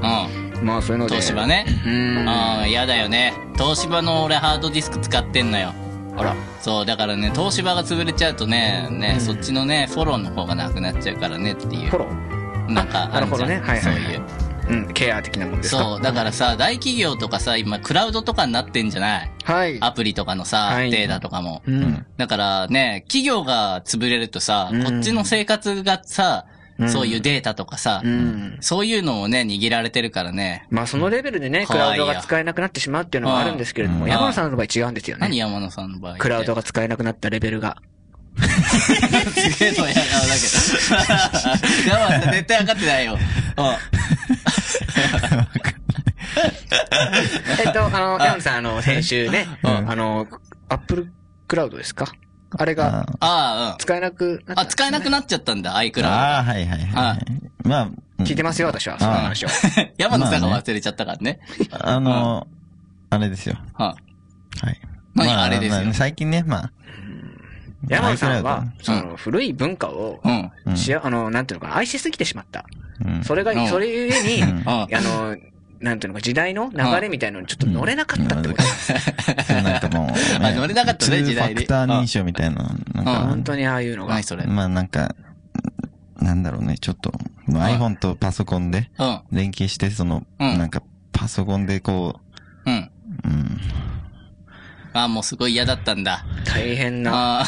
S1: まあそういうの
S3: ん。
S1: で、
S3: 東芝ね。
S1: うーん、
S3: うん、嫌だよね。東芝の俺ハードディスク使ってんのよ。
S1: あら、
S3: そう、だからね、東芝が潰れちゃうとね、ね、そっちのね、フォローの方がなくなっちゃうからねっていう
S1: フォ。ロー、
S3: なんかあるじゃ
S1: な
S3: ん、
S1: るほどねはいはい
S3: そういう。
S1: うん、ケア的なもんですか。
S3: そう、だからさ、大企業とかさ、今、クラウドとかになってんじゃない
S1: はい。
S3: アプリとかのさ、
S1: はい
S3: データとかも。
S1: うん、
S3: だからね、企業が潰れるとさ、
S1: うん
S3: こっちの生活がさ、
S1: うん
S3: そういうデータとかさ、
S1: うん。
S3: そういうのをね、握られてるからね。
S1: まあそのレベルでね、ク
S3: かわ
S1: ラ
S3: い
S1: ウ
S3: いよ
S1: ドが使えなくなってしまうっていうのはあるんですけれども、
S4: うん
S1: 山野さんの場合違うんですよ
S3: 何
S1: ね。
S3: 山野さんの場合って。
S1: クラウド
S3: が。
S1: が使えなくなったレベルが。
S3: すげえのやだ けど。山野さん絶対分かってないよ。
S1: えっと、あの、 ヤンさん、あの、先週ね、あの、アップルクラウドですかあれが
S4: あー
S3: ああ、
S1: 使えなくな
S3: う
S1: っ
S3: ん。
S1: た
S3: あ、使えなくなっちゃったんだ、iCloud。
S4: あー、はいはいは
S3: あ
S4: い。まあ、うん
S1: 聞いてますよ、私は。その話を。
S3: 山野さんが忘れちゃったからね。
S4: あの、あれですよ。は
S3: は
S4: い。
S3: 何
S4: ま
S3: あれですよ
S4: まあ最近ね、まあ。
S1: 山野さんは
S4: iCloud、
S1: その、古い文化を
S3: い、うん。
S4: うん
S1: しあの、なんていうのかな、愛しすぎてしまった。
S4: うん
S1: それが
S3: う、ん
S1: それゆえに、
S4: うん
S1: あの、なんていうのか、時代の流れみたいなのにちょっと乗れなかったってこと。
S4: そうなんかもう、ね
S3: あ乗れなかった
S4: ツ
S3: ね
S4: ー
S3: 時代
S4: フ
S3: で
S4: ァクター認証みたいな、なんか、
S3: うん
S1: 本当にああいうのが
S3: 何。それ。うん。
S4: まあなんか、なんだろうね、ちょっと、まあ
S3: はい
S4: iPhone とパソコンで
S3: うん。
S4: 連携して、その、
S3: うん
S4: なんか、パソコンでこう、うん、
S3: ああ、もうすごい嫌だったんだ。
S1: 大変な
S3: ああ。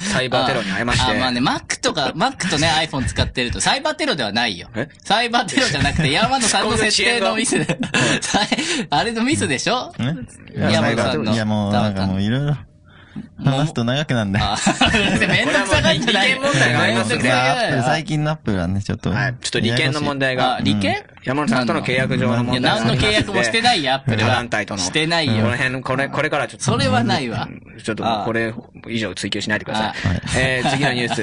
S1: サイバーテロに遭いまし
S3: あ
S1: て
S3: ー、。まあね、Mac とか、Mac とね、iPhone 使ってると、サイバーテロではないよ
S1: え。
S3: サイバーテロじゃなくて、山野さんの設定のミスで、さいあれのミスでしょ
S4: えな
S3: 山本
S4: んか
S3: さんの
S4: いやもう、なんかもういろいろ、話すと長くなんだよ。
S3: あ ーめんどくさがってない。
S1: これはもう利権問題がありますよね
S4: まあア
S3: め
S4: ッ
S3: ん
S4: プル
S3: どくさがっ
S4: 最近のアップルはね、ちょっと。
S1: はい。ちょっと利権の問題
S3: てないあ
S1: が。
S3: 利権
S1: 山野さんとの契約上の
S3: いや、
S1: 問題があり
S3: 何
S1: ます
S3: の
S1: んで
S3: 契約もしてないよ、アップル
S1: 他
S3: は。
S1: 団体との。
S3: してないよ
S1: この。辺、これ、これからちょっと。
S3: それはないわ
S1: うんちょっともうこれ以上追求しないでください。えー、次のニュース。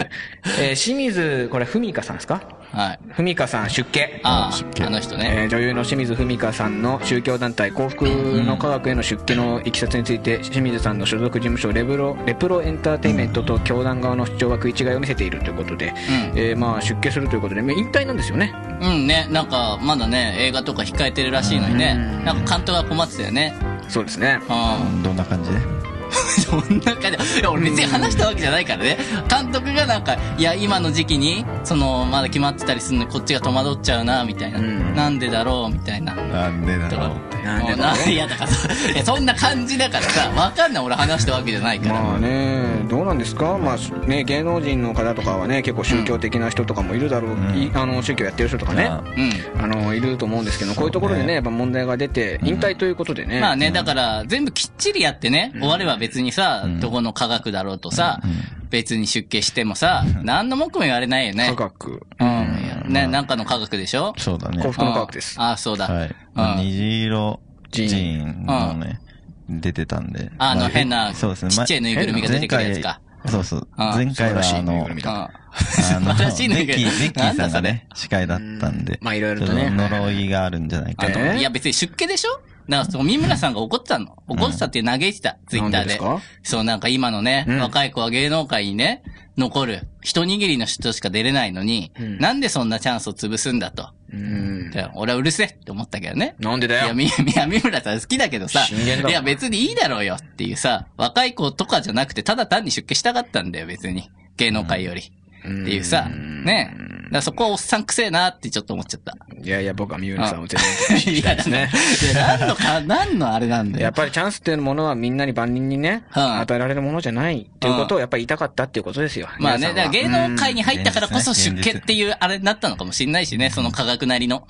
S1: えー、清水、これ、ふみかさんですか
S3: はい。
S1: ふみかさん出家。
S3: ああ、あの人ね。
S1: えー女優の清水文香さんの宗教団体幸福の科学への出家のいきさつについて、清水さんの所属事務所レブロレプロエンターテインメントと教団側の主張は食い違いを見せているということで、
S3: うん
S1: えーまあ、出家するということで、まあ引退なんですよね
S3: うんね、なんか、まだね、映画とか控えてるらしいのにね。なんか監督が困ってたよね。
S1: そうですね
S3: うん。
S4: どんな感じで
S3: そんな感じ。いや、俺別に話したわけじゃないからね。監督がなんか、いや、今の時期に、その、まだ決まってたりするのにこっちが戸惑っちゃうな、みたいな。
S1: ん
S3: なんでだろう、みたいな。も
S4: なんでだ
S3: ろう
S1: なんで
S3: う
S1: だ
S3: な
S1: ろ
S3: んで嫌だからさ。いや、そんな感じだからさ、わかんない俺話したわけじゃないから。
S1: まあねどうなんですか、まあね、芸能人の方とかはね結構宗教的な人とかもいるだろう、
S4: ん
S1: いあの宗教やってる人とかね、
S3: うん。
S1: あのいると思うんですけど、こういうところで
S4: そ
S1: ね
S4: うね
S1: やっぱ問題が出て引退ということでね、
S3: まあね、だから、全部きっちりやってね、終われば別にさ、どこの科学だろうとさ、別に出家してもさ、何の文句も言われないよね
S1: 科。学
S3: うん。ね、なんかの科学でしょ
S4: そうだね。
S1: 幸福の科学です、
S3: ああ、そうだ。
S4: はい。
S3: うん
S4: 虹色ジーンのね、出てたんで。
S3: あの
S4: ま
S3: 変な
S4: そうですね。
S3: ちっちゃいぬいぐるみが出てくるやつか
S4: 前回そうそう。
S3: あ
S4: 前回はあの、
S3: うん。
S4: あの、ベ
S3: 新
S4: ッ
S3: し
S4: キ
S3: い
S4: ー、
S3: ぬ
S4: ベ
S3: いぐ
S4: ッ
S3: るみ
S4: キーさんが
S3: なんだ
S4: ね、司会だったんで。
S1: まあいろいろとね
S4: ちょっ呪いがあるんじゃないか
S1: え
S4: と。
S1: ー
S3: いや別に出家でしょなんか、そう、三村さんが怒ってたの。怒ってたって嘆いてた、ツイッ
S1: な
S3: ター
S1: んでです
S3: で。
S1: か
S3: そう、なんか今のね、
S1: うん
S3: 若い子は芸能界にね、残る、一握りの人しか出れないのに、
S1: うん
S3: なんでそんなチャンスを潰すんだと。
S1: うん
S3: い。や俺はうるせえって思ったけどね。
S1: なんで
S3: い
S1: だ
S3: や、
S1: よ。
S3: み、い や、三村さん好きだけどさ、
S1: 信玄だもん
S3: いや、別にいいだろうよっていうさ、若い子とかじゃなくて、ただ単に出家したかったんだよ、別に。芸能界より。っていうさ、ねえ。だからそこはおっさんくせえなってちょっと思っちゃった。
S1: いやいや、僕は三浦さんを全然信
S3: い
S1: じたいですね。
S3: や、何 のか、何のあれなんだ
S1: や
S3: よ
S1: っ。ぱりチャンスっていうものはみんなに万人に ね、
S3: うん
S1: 与えられるものじゃないっていうことをやっぱり言いたかったっていうことですよ。
S3: まあね、
S1: 皆
S3: だ
S1: さん
S3: から
S1: は
S3: 芸能界に入ったからこそ
S4: うん
S3: 出家っていうあれになったのかもしれないしね、その科学なりの。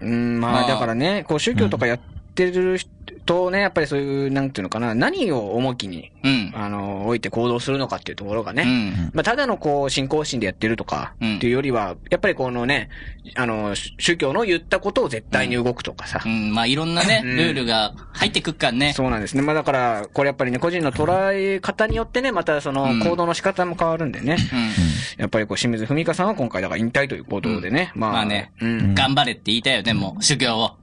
S1: うん、ま
S3: まあ
S1: あだからね、こう宗教とかやってる人ね、やっぱりそういう、なんていうのかな、何を重きに、
S3: うん。
S1: あの、置いて行動するのかっていうところが
S3: う
S1: ね、
S3: ん。
S1: まあただのこう、信仰心でやってるとか、
S3: うん
S1: っていうよりは、やっぱりこのね、あの、宗教の言ったことを絶対に動くとかさ
S3: う、ん、まあいろんなね、
S1: うん
S3: ルールが入ってくっからね。
S1: そうなんですね。まあだから、これやっぱりね、個人の捉え方によってね、またそ
S3: うん
S1: の行動の仕方も変わるんでね。やっぱりこう、清水文香さんは今回だから引退ということでね。まあ、
S3: まあね
S1: う
S3: うん。
S1: ん。
S3: 頑張れって言いたいよね、もう、修行を。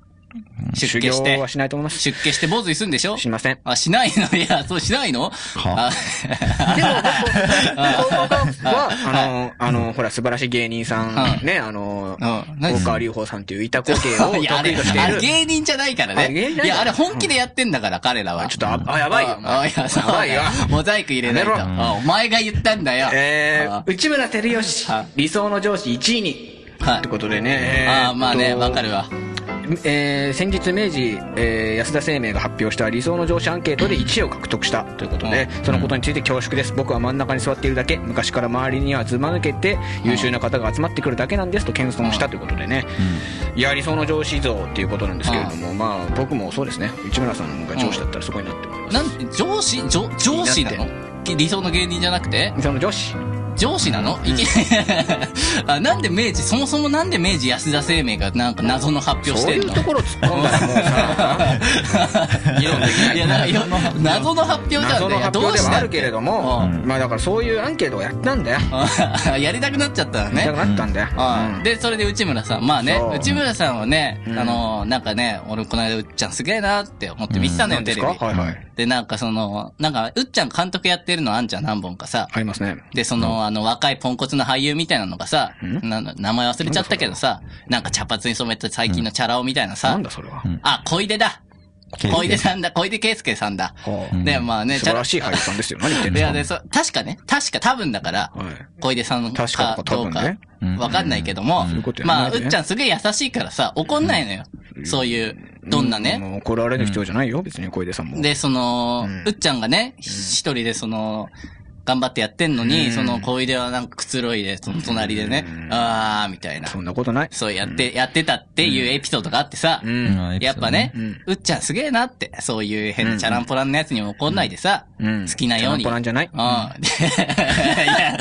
S3: 出
S1: 修
S3: 家
S1: 行
S3: して
S1: は。しないと思います。
S3: 出家して坊主にすんでしょ
S1: しま せん。
S3: あ、しないのいや、そうしないの
S4: は
S1: でも、でもは、あの、あの、ほら、素晴らしい芸人さ
S3: うん
S1: ん、ね、あの、
S3: あ うん。何
S1: 大川隆法さんといういたこ系を得
S3: い や、あれ、
S1: 意として
S3: あれ
S1: いる。
S3: 芸人じゃないから
S1: あ芸
S3: ね。
S1: 人じゃない
S3: いや、あれ本気でやってんだから、彼らは。
S1: ちょっとあ、あ、やばいよ。
S3: あいや、そう
S1: やばいよ。
S3: モザイク入れないと。
S1: やめ
S3: あお前が言ったんだ よ。
S1: え
S3: あ
S1: ー、内村照義
S3: はい、
S1: 理想の上司1位に。
S3: はい
S1: ってことでね。
S3: ああ、まあ
S1: え
S3: ね、
S1: ーっと
S3: わかるわ。
S1: えー先日明治、えー安田生命が発表した理想の上司アンケートで1位を獲得したということで、そのことについて恐縮です僕は真ん中に座っているだけ昔から周りにはずま抜けて優秀な方が集まってくるだけなんですと謙遜したということでね、いや理想の上司像っていうことなんですけれども、まあ僕もそうですね内村さんが上司だったらそこになってもらいます、
S3: なん、上司上、上司な
S1: だっ
S3: のき理想の芸人じゃなくて
S1: 理想の上司
S3: 上司なの、いきあなんで明治、そもそもなんで明治安田生命がなんか謎の発表し
S1: そう
S3: て
S1: い
S3: ん
S1: う
S3: の
S1: ところ突っ込んだらもうさ
S3: いや、なんかよ 謎の発表じゃん
S1: 謎
S3: ね
S1: の発表ではあるけれども、
S3: うん
S1: まあだからそういうアンケートをやったんだよ
S3: あやりたくなっちゃったの
S1: やり
S3: ね
S1: たく。なったんだよ、
S3: あで、それで内村さん。まあね
S1: そ、う
S3: 内村さんはね、
S1: うん
S3: あの、なんかね、俺この間、うっちゃんすげえなって思って見てたのよ、
S1: なん
S3: テ
S1: で
S3: レ
S1: す
S3: ビ
S1: か。はいはい
S3: で、なんかその、なんか、うっちゃん監督やってるのあんじゃん、何本かさ。
S1: ありますね。
S3: で、その、あの、若いポンコツの俳優みたいなのがさ、
S1: ん
S3: な名前忘れちゃったけどさ、なんか茶髪に染めた最近のチャラ男みたいな
S1: な
S3: さ
S1: ん、だそれは。
S3: あ、小出だ
S4: 圭介
S3: 小出さんだ小出圭介さんだ。
S1: は
S3: で、まあ
S1: あ
S3: ね、
S1: 素晴らしい俳優さんですよ。何言ってん
S3: い
S1: の
S3: や、で、そ、確かね、確か多分だから、
S1: はい。
S3: 小出さんか
S1: 確かとか多
S3: どう
S1: 分
S3: か
S1: ね、
S3: わかんないけども
S1: そういうこと、や
S3: まあ、
S1: ないうでね
S3: っちゃんすげえ優しいからさ、怒んないのよ。そういう、どんな
S1: う
S3: ね。
S1: もう怒られる必要じゃないよ、別に小出さんも。
S3: で、その
S1: うん、
S3: うっちゃんがね、一人でその、頑張ってやってんの
S1: う
S3: に、
S1: ん
S3: その、小出はなんかくつろいで、その隣でね、あー、みたいな。
S1: そんなことない。
S3: そうやって、やってたっていうエピソードがあってさ
S1: う、。
S4: うんん
S3: やっぱね
S1: うん、
S3: うっちゃんすげえなって、そういう変なチャランポランのやつにも怒んないでさ、
S1: うん
S3: 好きなように。
S1: チャランポランじゃない
S3: うん。いや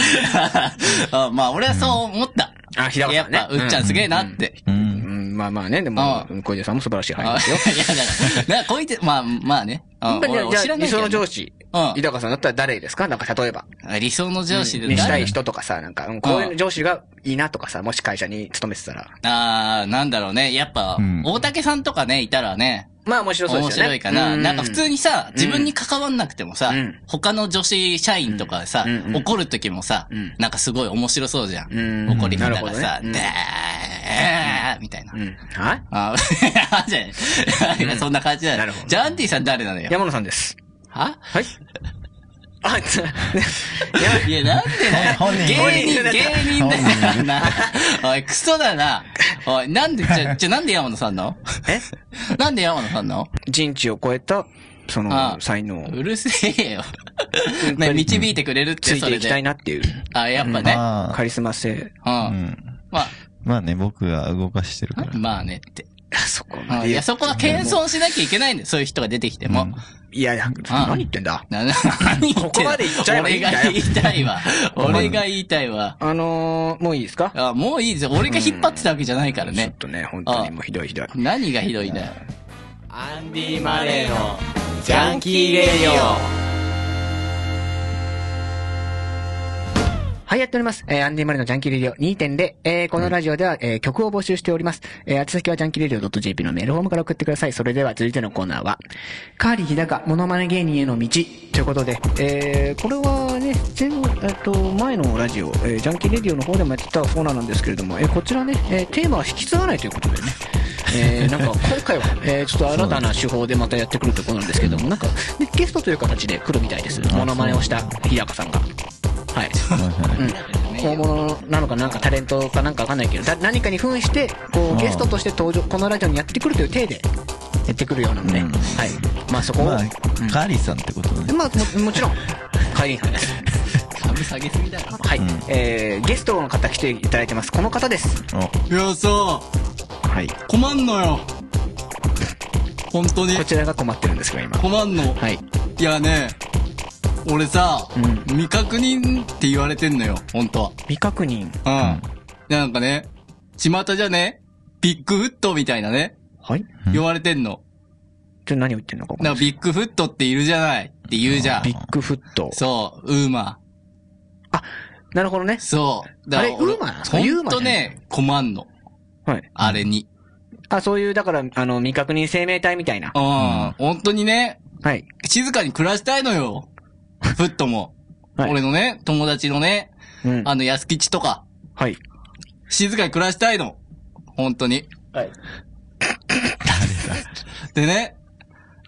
S3: あまあ、俺はそう思った。
S1: あ、平
S3: や
S1: 川
S3: っ
S1: さんね。
S3: ぱ、うっちゃんすげえなって。
S4: うん
S1: うん、まあまあね、でも
S3: う、
S1: 小出さんも素晴らしい俳優
S3: あ
S1: です
S3: い
S1: よ。
S3: や、だから、なこいつ、まあ、まあね。うん
S1: やっぱり
S3: 俺
S1: じゃあ
S3: 知らない
S1: 理想
S3: けどね
S1: の上司、
S3: うん
S1: 井高さんだったら誰ですかなんか例えば。
S3: 理想の上司で
S1: にした
S3: 誰
S1: い人とかさ、なんか、うんこういう上司がいいなとかさ、もし会社に勤めてたら。
S3: ああ、なんだろうね。やっぱ
S4: うん、
S3: 大竹さんとかね、いたらね、
S1: まあ面白そうで
S3: 面
S1: すよね。
S3: 白いかな。
S1: う
S3: なんか普通にさ、自分に関わんなくてもさ
S1: うん、
S3: 他の女子社員とかさ
S1: うんう、ん
S3: 怒る時もさ
S1: うん、
S3: なんかすごい面白そうじゃん。
S1: うん
S3: 怒り方が
S1: な
S3: さ
S1: る、ほどねうん
S3: でーみたいな
S1: う。ん。はい
S3: あ ーじゃあいやそんな感じだ
S1: な
S3: よ
S1: るほ。ど
S3: じゃあ、アンディさん誰なのよ。
S1: 山野さんです。
S3: は
S1: はい。あ、つ、ね、
S3: いや、なんでだよ
S4: 本人
S3: 芸人、芸人
S4: 本人
S3: だよな。おい、クソだな。おい、なんで、じゃ、じゃ、なんで山野さんなの
S1: え
S3: なんで山野さんなの
S1: 人知を超えた、そ
S3: あ
S1: の、才能を
S3: うるせえよ。ね、導いてくれるっ
S1: つ
S3: て、
S1: い
S3: そ
S1: て
S3: れ
S1: いきたい
S3: で。
S1: なっていう、
S3: あ、やっぱね。
S4: ま
S1: カリスマ性。
S3: う。
S4: あ、うんん。
S3: まあ、
S4: まあね、僕が動かしてるから。
S3: まあねって。
S1: あそこま
S3: うん
S1: で。
S3: いや、そこは謙遜しなきゃいけないんだよ。そういう人が出てきても。
S1: いやいや、何言ってんだ
S3: なな何言ってん
S1: ここ
S3: の
S1: まで言っちゃえばいい
S3: 俺
S1: ん
S3: が
S1: だよ
S3: 言いたいわ。俺が言いたいわ。
S1: あのー、もういいですか
S3: あ、もういいぜ。俺が引っ張ってたわけじゃないから
S1: ちょっ
S3: ね。
S1: とね、本当にもうひどいひどい。
S3: 何がひどいんだよ。
S5: アンディ・マレーのジャンキー・レディオ
S1: はい、やっております。えーアンディマリのジャンキーレディオ2.0。えーこのラジオでは、えー曲を募集しております。えー、宛先はジャンキーレディオ .jp のメールフォームから送ってください。それでは、続いてのコーナーは、カーリー日高、モノマネ芸人への道。ということで、えーこれはね、前、えっと、前のラジオ、えージャンキーレディオの方でもやってたコーナーなんですけれども、えーこちらね、えーテーマは引き継がないということでね。えーなんか今回は、えーちょっと新たな手法でまたやってくるところなんですけども、なんか、ね、ゲストという形で来るみたいです。モノマネをした日高さんが。はい。うん、大物なのかなんかタレントかなんかわかんないけどだ何かに扮してこうゲストとして登場このラジオにやってくるという体でやってくるようなので、
S4: うん
S1: はいまあそこを、
S4: まあ
S1: うん、
S4: カーリーさんってことね。
S1: まあももちろん帰りさんです
S6: 株下げすぎだろ。
S1: はい、えー、ゲストの方来ていただいてますこの方です
S4: お
S3: いやさ、
S1: はい
S3: 困んのよ。本当に
S1: こ。ちらが困ってるんですけど今
S3: 困んの。
S1: はい
S3: いやね、俺さ、
S1: う
S3: 未確認って言われてんのよ、本当
S1: 未確認
S3: は。うん。なんかね、巷じゃね、ビッグフットみたいなね、
S1: はい
S3: 言われてんの。
S1: ちょ何を言ってるのかわかん
S3: な
S1: なんい
S3: かビッグフットっているじゃないって言うじゃん
S1: ビ。ッグフット
S3: そう、ウーマ
S1: あなるほどね
S3: ー。そう。だから
S1: あれ
S3: 俺
S1: ウーマーなの
S3: ほんとね、困んの。
S1: はい
S3: あれに。
S1: あそういうだからあの未確認生命体みたいな
S3: うん。本当にね、
S1: はい
S3: 静かに暮らしたいのよ。フットも。
S1: はい
S3: 俺のね、友達のね、
S1: うん
S3: あの、安吉とか、
S1: はい
S3: 静かに暮らしたいの。本当に。
S1: はい
S3: でね、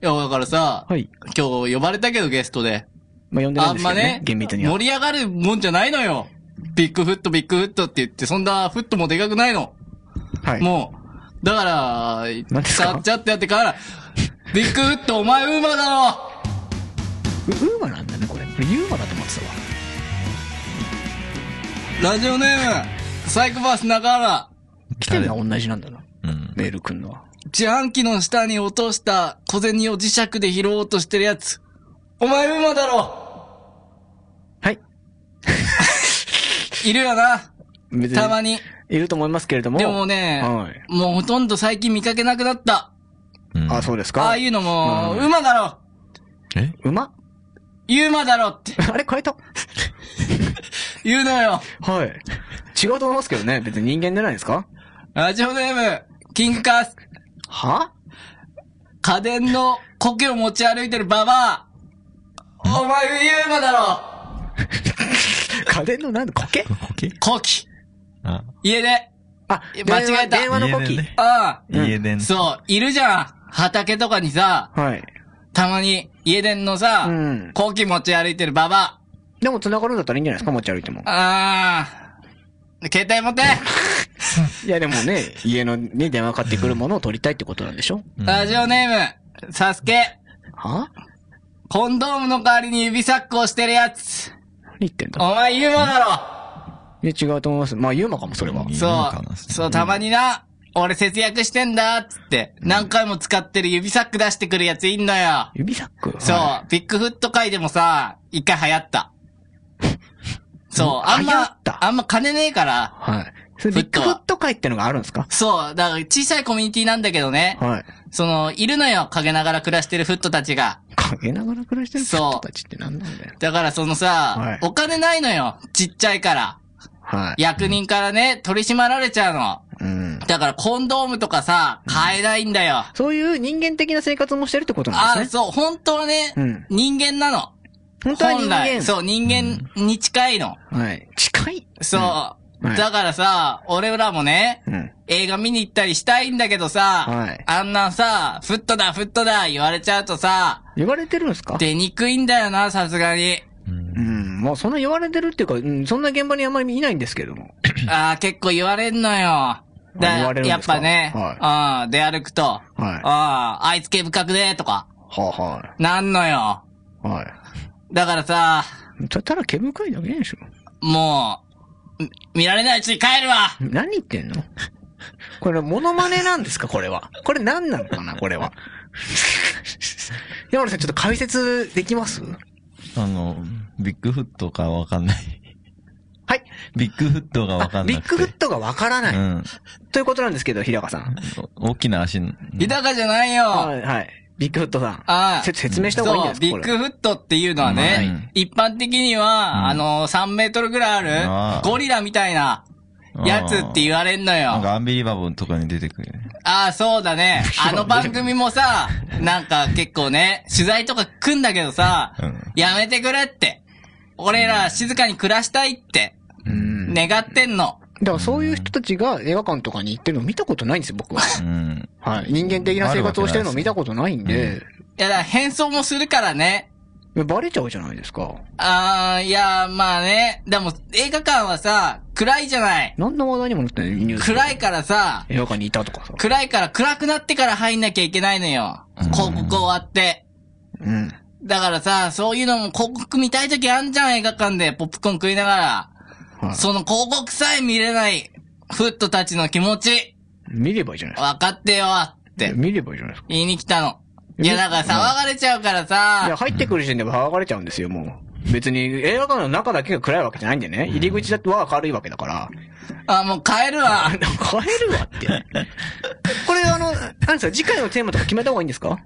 S3: いや、だからさ、
S1: はい
S3: 今日呼ばれたけどゲストで、
S1: まあ呼んでな
S3: あ
S1: いん
S3: ん
S1: ですけ
S3: ま
S1: どね
S3: ね、
S1: 厳密には
S3: 盛り上がるもんじゃないのよ。ビッグフット、ビッグフットって言って、そんなフットもでかくないの。
S1: はい
S3: もう、だから、
S1: 何ですか
S3: 使っちゃってやってから、ビッグフットお前ウーマーだろ
S1: ウーマなんだねこれこれユーマだと思ってたわ
S3: ラジオネーム、サイコパス中原。
S1: 来てるのは同じなんだな
S4: うん。
S1: メールくんのは
S3: 自販機の下に落とした小銭を磁石で拾おうとしてるやつ。お前馬だろ
S1: はい
S3: いるよな。
S1: 別
S3: たまに。
S1: いると思いますけれども
S3: でもね、
S1: はい
S3: もうほとんど最近見かけなくなった。
S4: うん
S1: あそうですか
S3: ああいうのも、
S1: うん
S3: 馬だろ
S4: え
S1: 馬
S3: ユーマだろって
S1: あれ変えた
S3: 言うのよ。
S1: はい違うと思いますけどね別に人間じゃないですか
S3: ラジオネーム、キングカス。
S1: は
S3: 家電の苔を持ち歩いてるババア。お前ユーマだろ
S1: 家電のなんだコケ
S4: コケ
S3: コキ。
S4: あ、
S3: 家で。
S1: あ
S3: 間違えた
S1: 電話電話のコ
S4: 家
S1: キ
S4: 電ね
S3: う
S4: 家電
S3: ん。。そう、いるじゃん。畑とかにさ、
S1: はい
S3: たまに家電のさ、
S1: うん
S3: 後期持ち歩いてるババ
S1: でも繋がるんだったらいいんじゃないですか持ち歩いても
S3: ア。あー。携帯持って、
S1: いやでもね家のね電話かかってくるものを取りたいってことなんでしょ
S3: ラジオネーム、サスケ。
S1: は
S3: コンドームの代わりに指サックをしてるやつ。
S1: 何言ってんだ
S3: お前ユーマだ
S1: いや違うと思いますまあユーマかもそれは
S3: ろ
S4: ユーマか
S3: そ
S4: な
S3: う、そう、たまにな、俺節約してんだ、つって、何回も使ってる指サック出してくるやついんのよ。
S1: 指サック
S3: そう
S1: は、
S3: ビッグフット界でもさ、一回流 行った。そう、あん
S1: 流行っ
S3: ま、
S1: た
S3: あんま金ねえから、
S1: いはいそれビッグフット会ってのがあるんですか
S3: そう、だから小さいコミュニティなんだけどね、
S1: はい
S3: その、いるのよ、陰ながら暮らしてるフットたちが。
S1: 陰ながら暮らしてる
S3: そう
S1: 人たちって何なんだよ。
S3: だからそのさ、
S1: はい
S3: お金ないのよ、ちっちゃいから。
S1: はい。
S3: 役人からね、取り締まられちゃうの。
S1: うん。
S3: だからコンドームとかさ、買えないんだよ。
S1: そういう人間的な生活もしてるってことなん
S3: あ
S1: で
S3: あ、
S1: すね。
S3: そう、本当はね、
S1: うん
S3: 人間なの。
S1: 本当は人
S3: 本来
S1: 間。
S3: そう、人間に近いの。
S1: はい。近い。
S3: そう。
S1: うんはい
S3: だからさ、俺らもね、
S1: うん。
S3: 映画見に行ったりしたいんだけどさ、
S1: はい
S3: あんなさ、フットだ、フットだ、言われちゃうとさ、
S1: 言われてるんですか
S3: 出にくいんだよな、さすがに。
S1: うん。まあ、そんな言われてるっていうか、うん、そんな現場にあんまりいないんですけども。
S3: ああ、結構言われんのよ。
S1: 言わ
S3: だ
S1: れるん
S3: や
S1: で
S3: っ
S1: すか
S3: ぱね、うん、出歩くと、ああ、あいつ系不覚で、とか、
S1: は
S3: なんのよ。
S1: い。はい。
S3: だからさ、
S1: たただ毛深いだけでしょ。
S3: もう、み見られないうちに帰るわ
S1: 何言ってんのこれ、モノマネなんですかこれは。これ何なのかなこれは。山野さん、ちょっと解説できます
S4: あの、ビッグフットかわかんない。
S1: はい。
S4: ビッグフットがわか
S1: あ
S4: ん
S1: ビ
S4: な
S1: ッグ
S4: く
S1: フ
S4: て。
S1: ットがわからない。
S4: うん。
S1: ということなんですけど、平川さん。
S4: 大きな足の。
S3: 日高じゃないよ、
S1: はい。ビッグフットさん。
S3: ああ
S1: せ説明した方がいいんじゃないですか
S3: そう、ビッグフットっていうのはね、一般的には、あの、3メートルぐらいあ
S4: あ
S3: る、
S4: ー
S3: ゴリラみたいな、やつって言われんの
S4: なん
S3: よ。
S4: かアンビリバボーとかに出てくる。
S3: ああ、そう だね。あの番組もさ、なんか結構ね、取材とか来んだけどさ
S4: うん、
S3: やめてくれって。俺ら静かに暮らしたいって、願ってんの。
S1: だからそういう人たちが映画館とかに行ってるの見たことないんですよ、僕は。
S4: うん。
S1: はい。人間的な生活をしてるの見たことないんで、
S3: いや、だから変装もするからね。
S1: バレちゃうじゃないですか。
S3: ああ、いや、まあね。でも、映画館はさ、暗いじゃない。
S1: 何の話題にもなってないニュース。
S3: 暗いからさ、
S1: 映画館にいたとかさ。
S3: 暗いから暗くなってから入んなきゃいけないのよ。広告終わって。
S1: うん。
S3: だからさ、そういうのも広告見たい時あんじゃん、映画館で。ポップコーン食いなが
S1: は
S3: ら。
S1: い
S3: その広告さえ見れない、フットたちの気持ち、
S1: 見ればいいじゃないですか。
S3: 分かってよ、って
S1: 見ればいいじゃないですか。
S3: 言いに来たの。
S1: え
S3: いや、だから騒がれちゃうから
S1: いや、
S3: さ、
S1: 入ってくる時点で騒がれちゃうんですよ、もう。別に映画館の中だけが暗いわけじゃないんでね。入り口だっては明るいわけだ から。
S3: あ、もう帰るわ
S1: あ、。でも変えるわって。これあの、なんですか、次回のテーマとか決めた方がいいんですか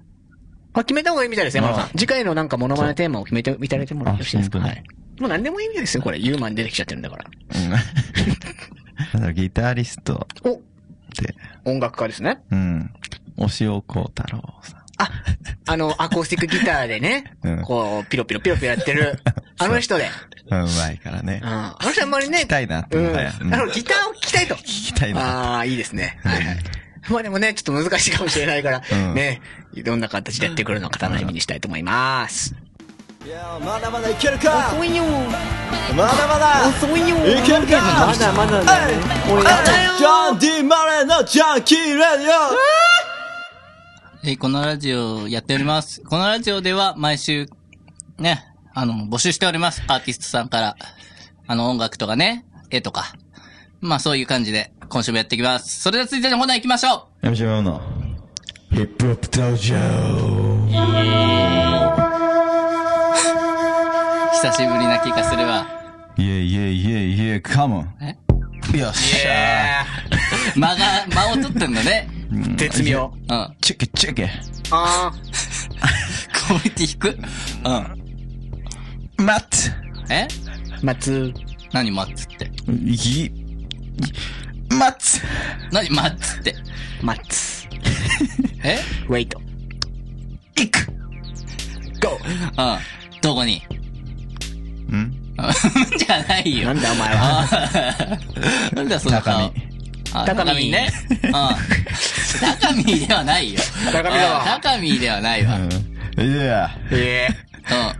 S1: あ、決めた方がいいみたいですね、山田さん。次回のなんかモノマネテーマを決めていただいてもよろしいですか
S4: あ
S1: は
S4: 本当に
S1: い。もう何でもいいみたいですよ、これ。ユーマン出てきちゃってるんだから。
S4: だからギタリスト
S1: お、
S4: で、
S1: 音楽家ですね。
S4: うん。押尾幸太郎さん。
S1: あ、あの、アコースティックギターでね、
S4: うん
S1: こ う、ピロピロピロピロやってる、あの 人で。
S4: うん、うまいからね
S1: うん。。あの人あんまりね、
S4: 聞きたいなって
S1: う
S4: も
S1: ん。
S4: はや
S1: あの、ギターを聴きたいと。聞き
S4: たいな
S1: ああ、いいですね。はいはい。まあでもね、ちょっと難しいかもしれないから、
S4: うん
S1: ね、どんな形でやってくるのか楽しみにしたいと思います。
S5: いやまだまだいけるか遅いよまだまだ遅いよいけるかまだまだだねジャンディ・マレーのジャンキー・レディオ
S3: えーこのラジオやっております。このラジオでは毎週、ね、あの、募集しております。アーティストさんから。あの、音楽とかね、絵とか。まあ、そういう感じで、今週もやっていきます。それでは続いてのコーナー行きましょ
S4: MC マウの。ヒップホップ登場。
S3: う 久しぶりな気がするわ。
S4: イェイイェイイェイイェイ、カモン。
S3: え
S4: よっしゃ
S3: 間が、間を取ってんだね。
S1: 絶妙。
S3: うん。ク
S4: チェケチェケ。
S1: あ
S3: オリティ低く。うん。
S4: マッ
S3: え
S1: ー、松、
S3: 何待つって。
S4: ツギ、マッツ
S3: 何待つって。
S1: 松、
S3: え
S1: ウェイト。
S4: 行く
S3: うん。どこに
S4: ん
S3: うんじゃないよ
S1: なん。だお前は。
S3: なんだその顔。あ
S1: 高見
S3: 高見ね。うん。高見ではないよ。
S1: 高見だわ
S3: うん高見ではないわ。うん。
S4: うん。いや、
S1: え
S4: あ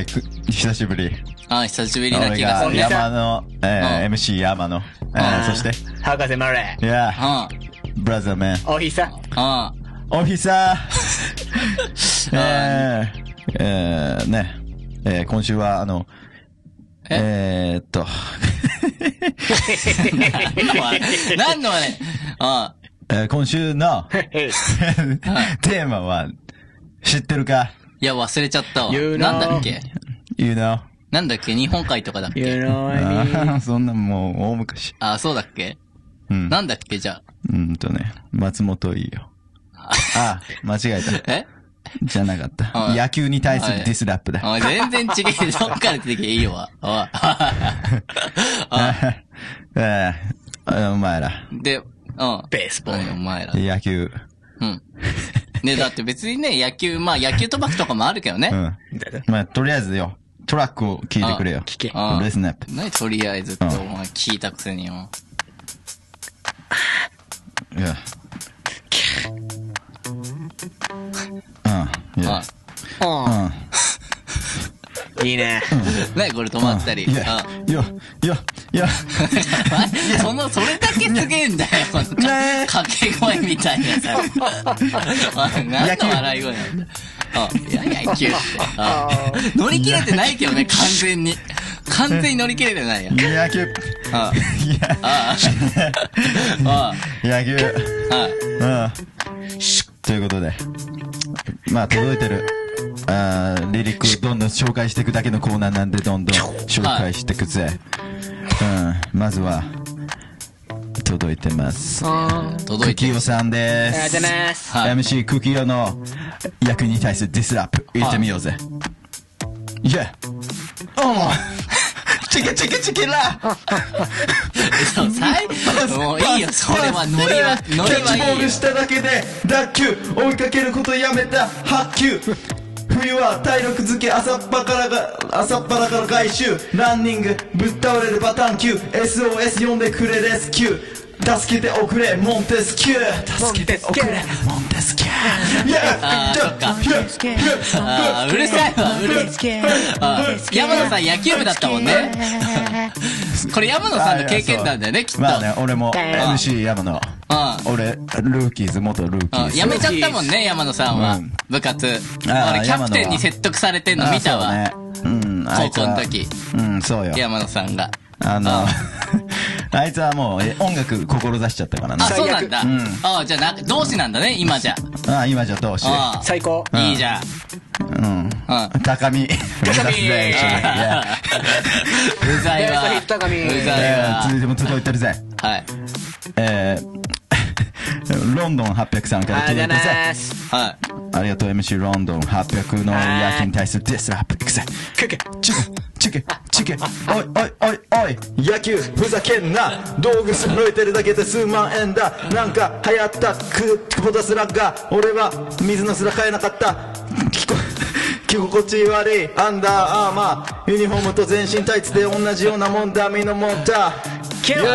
S4: あ、く久しぶり。
S3: あ久しぶりな
S4: 俺
S3: 気がす
S4: が
S3: るね。
S4: 山の、えー
S3: う
S4: MC 山の。えーそして、
S1: え博士マレ
S4: いや
S3: う、ん。
S4: ブラザーメン。
S1: おひさ、
S3: うん。
S4: おひ さえー、えー、ね、えー、今週は、あの、えー、っと、
S3: 何の話何のね。う
S4: えー今週のテーマは、知ってるか
S3: ん。いや、忘れちゃったわ。
S1: 言う
S3: な
S1: なん
S3: だっけ
S4: ?You know?
S3: なんだっけ日本海とかだっ
S1: you
S3: け
S1: know what I mean.
S4: あーそんなもう、大昔。
S3: あ、そうだっけ
S4: うん。
S3: なんだっけじゃ
S4: うんとね、松本いい よ。あ、間違えた。
S3: あ。え
S4: じゃなかっ
S3: う
S4: た。
S3: ん
S4: 野球に対するディスラップだ。
S3: あ全然違え。どっから出てきていいよわ。おい
S4: えー、お前ら、
S3: で、うん。
S1: ベースボール
S3: お前ら。
S4: 野球。
S3: うん。ね、だって別にね、野球、まあ野球賭博とかもあるけどね。
S4: う。
S3: うん
S4: まあ、とりあえずよ、トラックを聞いてくれよ。
S1: 聞け。
S3: ん
S4: レスナップ。
S3: 何とりあえずって、お
S4: うん
S3: 前聞いたくせによ。
S4: いや。うん。いや。
S1: あ
S4: う
S1: ーいいね。
S3: 何これ止まったり。
S4: ん。い
S3: うん
S4: や、よ、よ、よ。
S3: その、それだけすげえんだよ。このか
S4: ね
S3: 掛け声みたいな さ。おい何の笑い声なんだうん。いや、野球 って。うん乗り切れてないけどね、完全に。完全に乗り切れてないよ。うん。
S4: 野球。
S3: あ
S4: いや、
S3: あ。あ
S4: 野球。
S3: あ。あ
S4: うん。ということで。まあ、届いてる。あーリリックをどんどん紹介していくだけのコーナーなんで、どんどん紹介していくぜ。うん。まずは、届いてます。
S3: 届
S4: ク
S3: いて
S4: キオさんで
S1: ありがとうござ
S4: す。
S1: います。
S3: はい
S4: MC クキオの役に対するディスラップ入れてみようぜ。イェおうチキチキチキラ
S3: そう最も ういいよ、それは、ノリは、
S4: キ
S3: ノ
S4: ャ
S3: リ
S4: ッチボ
S3: は
S4: ー
S3: いい
S4: ル
S3: よ。
S4: しただけで脱臼追いかけることやめた発球冬は体力づけ朝っぱからが朝っぱらから外周ランニングぶっ倒れるパターン QSOS 呼んでくれレスキュー助けておくれモンテスキュー助けておくれモンテスキューいや
S3: あーそっかあーうるさいわ、うるさい。あー山野さん野球部だったもんね。これ山野さんの経験談だよね、きっと。
S4: まあね俺も
S3: MC
S4: MC 山野
S3: あー
S4: 俺ルーキーズ元ルーキ
S3: あ
S4: ー
S3: ー
S4: ズ
S3: やめちゃったもんね、山野さんは
S4: うん。
S3: 部活。
S4: あー
S3: 俺、キャプテンに説得されてんの見たわ。
S4: あそうねうんあいつは
S3: 高校の時
S4: うんそうよ
S3: 山野さんが。
S4: あの
S3: あ
S4: あいつはもうえ音楽志しちゃったからな
S3: あ、そうなんだ
S4: うん。
S3: あーじゃあな、同志なんだね、今じゃ。
S4: あ今じゃどうし
S3: あ
S1: 最高。
S3: あ、いいじゃん。
S4: うん
S3: うん。
S4: 高み高み
S3: う
S1: ベストヒッ
S3: ざいわ。
S1: ト神
S3: うざいわ。
S4: でも届いてるぜ
S3: はい。
S4: えー ロンドン800さんから
S1: ありがとう
S4: 届いて
S1: ご
S4: る
S1: ざいま
S4: ぜ
S1: す。
S3: は
S4: ありがとう MC ロンドン800の夜に対するディスラップいくぜ
S1: くく
S4: チキチキチキおいおいおいおい野球ふざけんな道具揃えてるだけで数万円だなんか流行ったく久保田すらが俺は水のすら買えなかった聞こ着心地悪いアンダーアーマーユニフォームと全身タイツで同じようなもんだみのもんだ
S1: キュー
S3: い。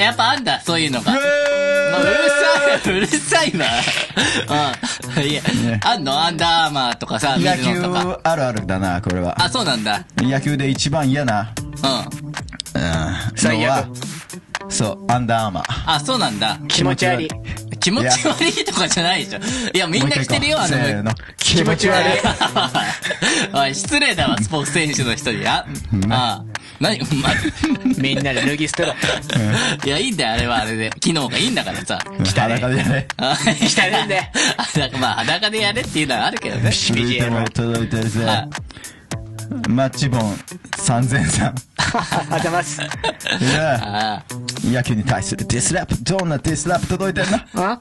S3: やっぱあんだ、そういうのが。まあうるさい、うるさいな。うん。いや、あんのアンダーアーマーとかさ、水
S4: 野
S3: 野とか。
S4: 球あるあるだなこれは
S3: あ、そうなんだ。
S4: 野球で一番嫌な
S3: うん。
S1: 最悪
S4: そうアンダーアーマー
S3: あ、そうなんだ。
S1: 気持ち悪い。
S3: 気持ち悪いとかじゃないでしょ。いや、みんな着てるよ、あの。
S4: 気持ち悪い
S3: おい、 失礼だわ、スポーツ選手の人に。あ、あ、何、うまい。
S1: みんなで脱ぎ捨てろ。
S3: いや、いいんだよ、あれはあれで。機能がいいんだからさ。
S4: 裸でね
S3: あ
S1: 汚ねえんだよ。
S3: あだからまあ、裸でやれっていうのはあるけどね。
S4: 続いても届いてるぜマッチボン3003
S1: あ、あざます。
S4: いや
S3: あ
S4: 野球に対するディスラップどんなディスラップ届いてんの
S1: あ
S3: あ。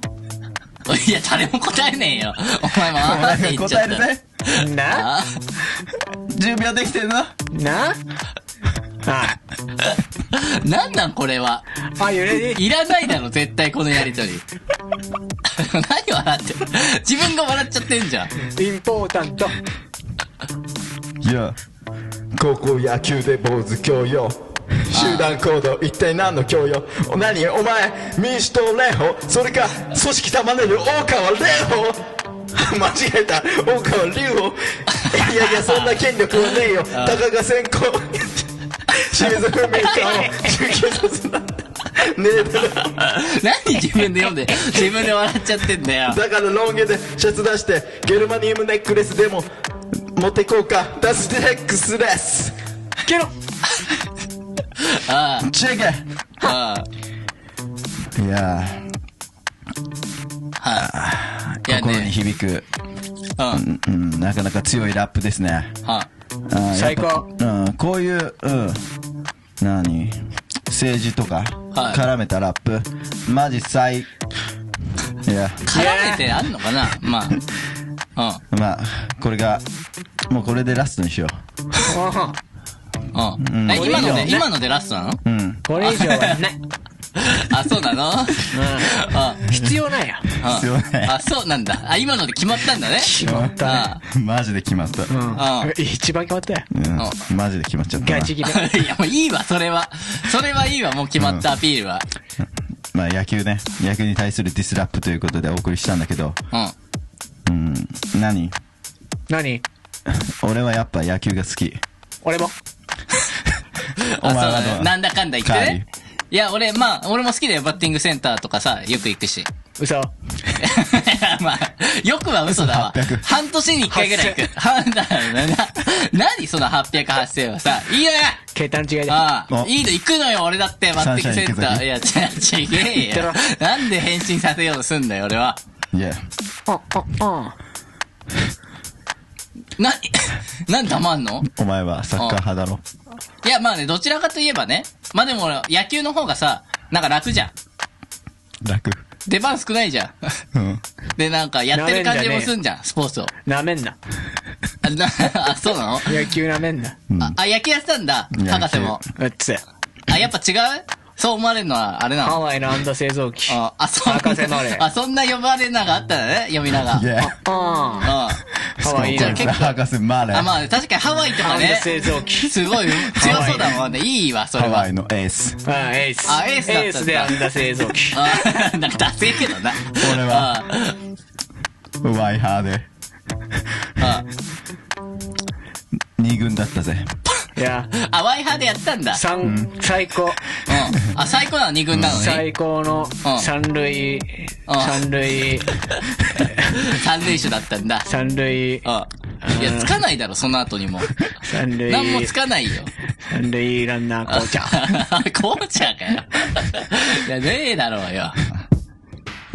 S3: いや、誰も答えねえよ。お前もああって
S4: 俺
S3: 言
S4: が
S3: っちゃ
S4: 答
S3: っ
S4: え
S3: た
S4: る。ぜ
S1: な
S3: あ
S4: 準備はできてるの
S1: なあ
S3: なんなんこれは。
S1: あ、揺れに。
S3: いらないだろ、絶対このやり とり。何笑ってる自分が笑っちゃってんじゃん。
S1: インポータント。
S4: いや高校野球で坊主教養集団行動一体何の教養お何お前民主党連邦それか組織玉ねぎ大川連邦間違えた大川龍邦いやいやそんな権力はねえよたかが先行 清水文明を中継させたねえだろ
S3: 何自分で読んで、自分で笑っちゃってんだ よ。
S4: だからロン毛でシャツ出してゲルマニウムネックレスでも持ってこうかダステックスです
S1: ケロ
S3: あ
S4: チェケ
S3: あ、ああ。
S4: いや
S3: は
S4: ー、
S3: い。いや
S4: 心に
S3: ね、
S4: 響く、
S3: うん、
S4: うん、なかなか強いラップですね。
S3: は
S4: うん
S1: 最高
S4: やっぱうん、こういう、うん、何政治とか、
S3: はい
S4: 絡めたラップ、マジ最、いや、
S3: 絡めてあんのかなまあ。
S4: まあ、これが、もうこれでラストにしよ
S1: うん
S3: うん、うん。え、今ので、今のでラストなの
S4: う。うん。
S1: これ以上はない。
S3: あ、そうなのあ、
S1: 必要ないよ。
S3: あ
S4: 必要ない
S3: あ、そうなんだ。あ、今ので決まったんだね。
S1: 決まったね。
S3: あ
S4: マジで決まった。う
S3: あ
S1: うん。一番決まったよ。
S4: ん、マジで決まっちゃったな。
S1: ガチ決め。
S3: あ。 いや、もういいわ、それは。それはいいわ、もう決まったアピールは。
S4: まあ野球ね、野球に対するディスラップということでお送りしたんだけど、
S3: うん。
S4: うん、何
S1: 何
S4: 俺はやっぱ野球が好き。
S1: 俺も。
S4: お前は
S3: あ、そう
S4: どう
S3: だねなんだかんだ言ってね
S4: カ。
S3: いや、俺、まあ、俺も好きだよ。バッティングセンターとかさ、よく行くし。い
S1: 嘘。
S3: やまあ、よくは嘘だわ。半年に一回ぐらい行く。半だな、な、 何その800、8000はさ、いいよね
S1: 桁の違いで。
S3: ああ
S4: お、
S3: いいの行くのよ、俺だって、バッティングセンター。いや、違う、違え
S1: て
S3: よ
S1: ろ。
S3: なんで返信させようとすんだよ、俺は。
S4: いや、
S1: うんうんうん。
S3: な、 なんで黙んの
S4: お前はサッカー派だろ。
S3: いや、まあね、どちらかといえばね。まあでも俺、野球の方がさ、なんか楽じゃん。
S4: 楽。
S3: 出番少ないじゃん。
S4: う ん。
S3: で、なんか、やってる感じもすんじゃん、スポーツを。
S1: なめんな。
S3: あ、な あそうなの
S1: 野球なめんな。
S4: うん
S3: あ、あ野球やってたんだ、
S4: 野球
S3: 博士も。
S1: うっつ。
S3: あ、やっぱ違うそう思われるのは、あれな
S1: ハ
S3: の
S1: ワイの安打製造機。
S3: あ、あ、そう。
S1: 博士のれ
S3: あ、そんな呼ばれながあったんだね、読みなが。
S4: い
S3: うん。
S4: や、
S1: あ
S3: あ、
S1: ハ ワイ
S3: じ
S1: の
S3: ゃあ結構
S4: 博士マレー。
S3: まあ、確かにハワイとか
S1: 安打
S3: ね、
S1: 製造機。
S3: すごい強そうだもんね。いいわ、それ
S4: ハ
S3: は
S4: ワイ。のエース。
S1: あ、エース。
S3: あエースだったんだ
S1: エースで安打製造機。
S3: あなんか ダセえけどな。そ
S4: れは
S3: は。
S4: ワイハーで。
S3: あ
S4: 二軍だったぜ。
S1: いや、
S3: あ、ワイハーでやってたんだ。
S1: 三、最高。
S3: うん。あ、最高なの、二軍なのね。
S1: 最高の
S3: うん
S1: 三塁、
S3: うん
S1: 三塁、
S3: 三塁手だったんだ。
S1: 三塁、
S3: うん。いや、つかないだろ、その後にも。
S1: 三塁、
S3: なんもつかないよ。
S1: 三塁ランナー、こうちゃん。
S3: こうちゃんかよ。いや、ねえだろうよ。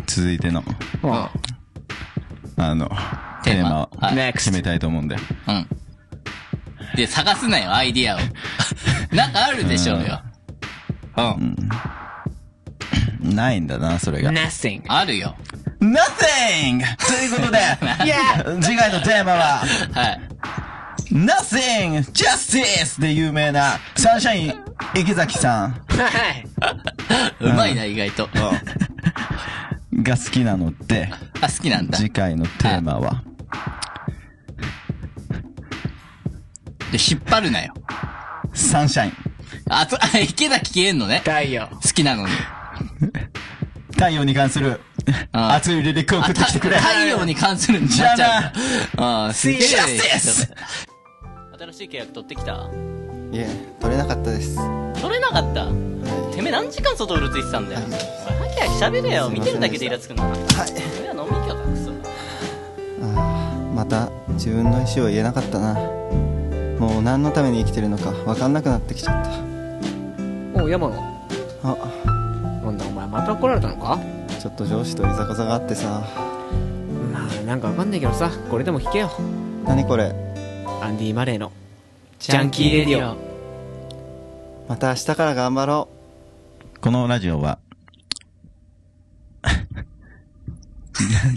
S4: 続いての、
S1: も
S4: あの、
S3: テ
S4: テー
S3: ーマ
S4: マ
S1: う、
S3: はい
S4: を決
S1: NEXT。
S4: めたいと思うんで。
S3: うん。で、探すなよ、アイディアを。 なんかあるでしょうよ。うん。
S4: ないんだな、それが。
S1: Nothing.
S3: あるよ。
S4: Nothing! ということで、次回のテーマは、
S3: はい。
S4: Nothing! Justice! で有名な、サンシャイン池崎さん
S1: はい。
S3: うまいな、意外と。
S4: が好きなので、
S3: あ、好きなんだ。
S4: 次回のテーマは、
S3: で、引っ張るなよ。
S4: サンシャイン。
S3: あ、と、あ、池崎消えんのね。
S1: 太陽。
S3: 好きなのに。
S4: 太陽に関する、
S3: あ
S4: 熱いリリックを送ってきてくれ。
S3: 太陽に関するんじゃなああ、すげえ。
S4: シャスです
S7: 新しい契約取ってきた
S8: いえ取れなかったです
S7: 取れなかったてめえ何時間外うるついてたんだよおいハキハキ喋れよ見てるだけでイラつくの
S8: はい
S7: 俺は飲み行けよクソ
S8: あーまた自分の意思を言えなかったなもう何のために生きてるのか分かんなくなってきちゃっ
S1: おう、山野。
S8: たあ
S1: なんだお前、また怒られたのか
S8: ちょっと上司といざこざがあってさ
S1: まあ、なんかわかんないけどさ、これでも聞けよ。
S8: 何これ
S1: アンディ・マレーの。ジャンキーレディオ。
S8: また明日から頑張ろ
S4: このラジオ は、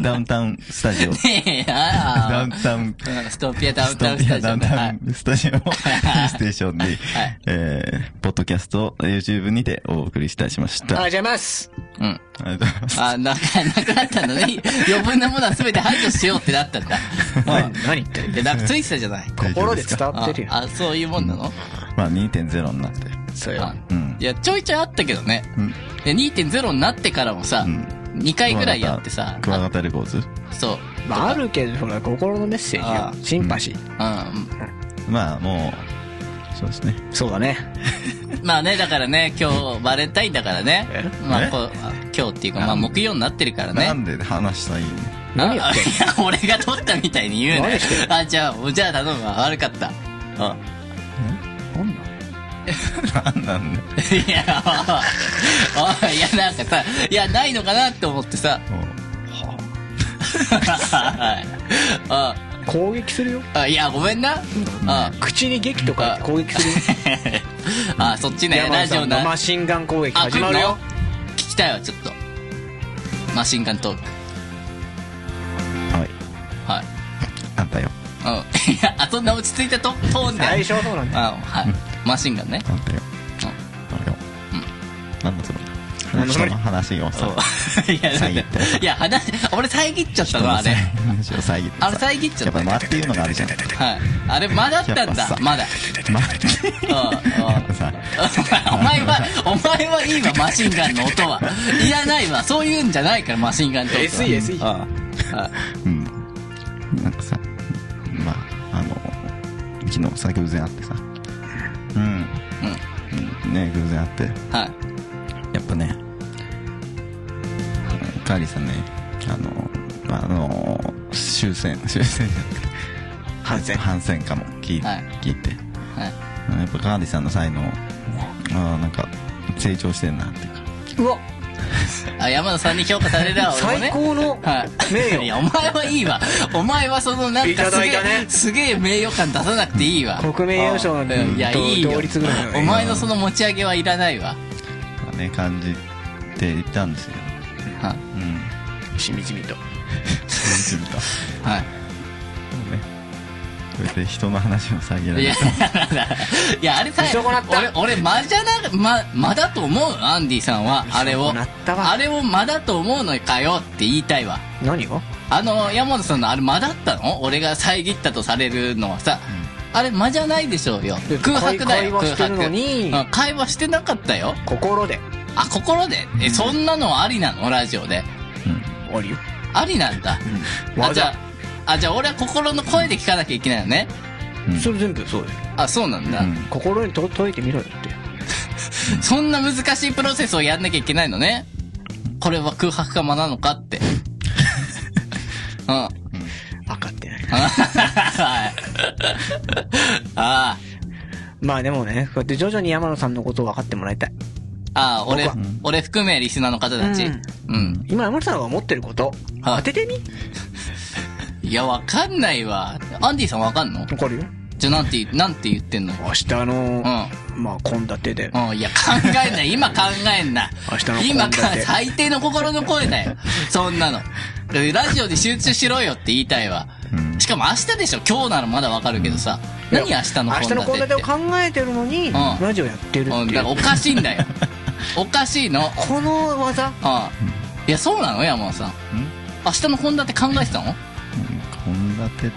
S4: ダウンタウンスタジオ、
S3: ねえ、あ
S4: ダウ
S3: あ
S4: ン。タウン、
S3: うんストピアダウン
S4: ス
S3: タウ
S4: ト
S3: ンス
S4: ピア
S3: タジ
S4: ダ
S3: オ
S4: ウン
S3: ねは
S4: タ
S3: い
S4: ウンスタジオを、ステーションに、
S3: い
S4: えー、ポッドキャスト、YouTube にてお送りいたしました。あ
S1: あ、じゃあます。
S3: うん。
S4: りがとうございます。
S3: あ、なんか、なくなったのね。余分なものは全て排除しようってなったんだ。
S1: 何言ってる
S3: で、なんかついてたじゃない。
S1: 心で伝わっ
S3: あ
S1: てるよ。
S3: あ、そういうもんなの
S4: まあ2.0になって。
S1: そうよ
S3: あ。
S4: うん
S3: いや、ちょいちょいあったけどね。
S4: うん。
S3: で、2.0になってからもさ、
S4: ん
S3: 2回ぐらいやってさ、
S4: クワガタレコーズ
S3: あそう。
S1: まあ、あるけど、ほら、心のメッセ
S3: あ
S1: ージよ。シンパシー。
S3: うん。
S4: まあもう、そうですね。
S1: そうだね。
S3: まあね、だからね、今日、バレンタインだからね
S1: え。
S3: まあ
S4: え
S3: こう、あ今日っていうか、まあ、
S4: なん
S3: 木曜になってるから
S4: な
S3: ね。
S4: んで話したいの
S1: 何や
S3: あ
S1: っ
S3: い
S1: てん
S3: や、俺が取ったみたいに言うね
S1: 何して。
S3: あ、じゃあ、じゃあ頼むわ。悪かった。うん。
S1: のなんだ
S4: なんなんだよ
S3: いや、おいおい、いや、なんかさ、いや、ないのかなって思ってさ、
S4: もう
S3: はいあ
S1: 攻撃するよ。
S3: あ、いや、ごめんな。あ
S1: 口に劇とか攻撃するよ。
S3: あ、そっち ね、
S1: 山
S3: ラ
S1: 田
S3: ジ
S1: さ
S3: オ
S1: ん
S3: な。
S1: マシンガン攻撃
S3: あ、
S1: 始まるよ。
S3: 来んの。聞きたいわ、ちょっと。マシンガントーク。
S4: はい。
S3: はい。
S4: あんたよ。
S3: うん。 いや、あ、そんな落ち着いたトトーンで。
S1: 最初はそうなんだよ。
S3: あ、はい。マシンガンね。
S4: あんたよ。あんたよ。なんだそれ。
S1: なんだそれ
S4: 人の話をさ、
S3: いや、なん
S4: 遮
S3: か
S4: って
S3: いや、話、俺遮っちゃったの、あれ。
S4: 話を遮ってさ
S3: あれ遮っちゃ
S4: やった
S3: っ
S4: ぱ間っていうのがあるじゃん。
S3: はい。あれ、まだあった
S4: やっ
S3: ん
S4: ぱ
S3: だ
S4: さ。
S3: まだ。
S4: 間って
S3: うんうん。
S4: さ、
S3: お前は、お前はいいわ、マシンガンの音は。いらないわ、そういうんじゃないから、マシンガンって音は。
S1: SE SE
S3: あああ
S4: うん。なんかさ、まあ、あの、昨日さ、偶然会ってさ。うん。うん。ね、偶然会って。
S3: あはい。
S4: やっぱね、カーリーさんね、あの、あの、終戦、終戦じゃなくて、
S1: 反省。
S4: 反戦かも聞い,、
S3: はい
S4: 聞いて、
S3: はい。
S4: やっぱカーリーさんの才能、ああ、なんか、成長してんなっていうか。
S1: うわ、
S3: あ、山田さんに評価されるわ、俺もね。
S1: 最高の
S3: はい。
S1: 名誉
S3: いや、お前はいいわ。お前はその、なんかすげ
S1: いただいた
S3: え、
S1: ね
S3: すげえ名誉感出さなくていいわ。
S1: 国名誉賞なんて
S3: うんいや、いいよ
S1: 同率ぐらいの。
S3: お前のその持ち上げはいらないわ。
S4: まあね、感じていたんですけど、
S3: は
S4: うん。
S1: しみじみと
S4: 信じるか。
S3: はい。
S4: こうやって人の話を下げら
S3: い
S4: れ
S3: や
S4: る。、
S3: いや、あれさ
S1: 見損なっ、た
S3: 俺、俺、間じゃな、間、間だと思うアンディさんは、あれ
S1: 見
S3: を
S1: 損なっ。たわ
S3: あれを間だと思うのかよって言いたいわ。
S1: 何が
S3: あの、山本さんのあれ間だったの俺が遮ったとされるのはさ、あれ間じゃないでしょうよ
S1: で。
S3: 空白だよ、
S1: 会
S3: 空
S1: 話してる
S3: 白。
S1: のに
S3: うん会話してなかったよ。
S1: 心で
S3: あ、心でえ、そんなのありなのラジオで。
S1: あるよ
S3: ありなんだ。あ、
S1: わ
S3: じ
S1: ざ
S3: ゃあ、あ、じゃあ俺は心の声で聞かなきゃいけないのね。
S4: うん
S1: それ全部そうだよ
S3: あ、そうなんだ。
S4: うん
S1: 心にと解いてみろよって
S3: そんな難しいプロセスをやんなきゃいけないのね。これは空白か間なのかって。 うん。 はい
S1: 分かってない
S3: あ
S1: まあでもねこうやって徐々に山野さんのことを分かってもらいたい
S3: あ、ああ、俺
S1: 僕は、
S3: 俺含めリスナーの方たち。
S1: うん
S3: うん。
S1: 今山野さんが思ってること
S3: は
S1: 当
S3: い
S1: ててみ
S3: いや、わかんないわ。アンディさんわかんの
S1: わかるよ
S3: じゃあ、なんて、なんて言ってんの
S1: 明日の
S3: う
S1: まあ献立で
S3: ん。うん。いや、考えんな。今考えんな。
S1: 明日の
S3: 今
S1: 献
S3: か、
S1: 立
S3: 最低の心の 声だよ。そんなの。ラジオで集中しろよって言いたいわ。しかも明日でしょ今日ならまだわかるけどさ。何明日の
S1: 明日
S3: 献立
S1: の
S3: って。
S1: 献立を考えてるのに
S3: ん
S1: ラジオやってるって
S3: うん、だ
S1: い
S3: からお
S1: う
S3: かしい んだよ。おかしいの。うん。
S1: この技
S3: いや、そうなの山本さん。明日の献立考えてたの
S4: うん献立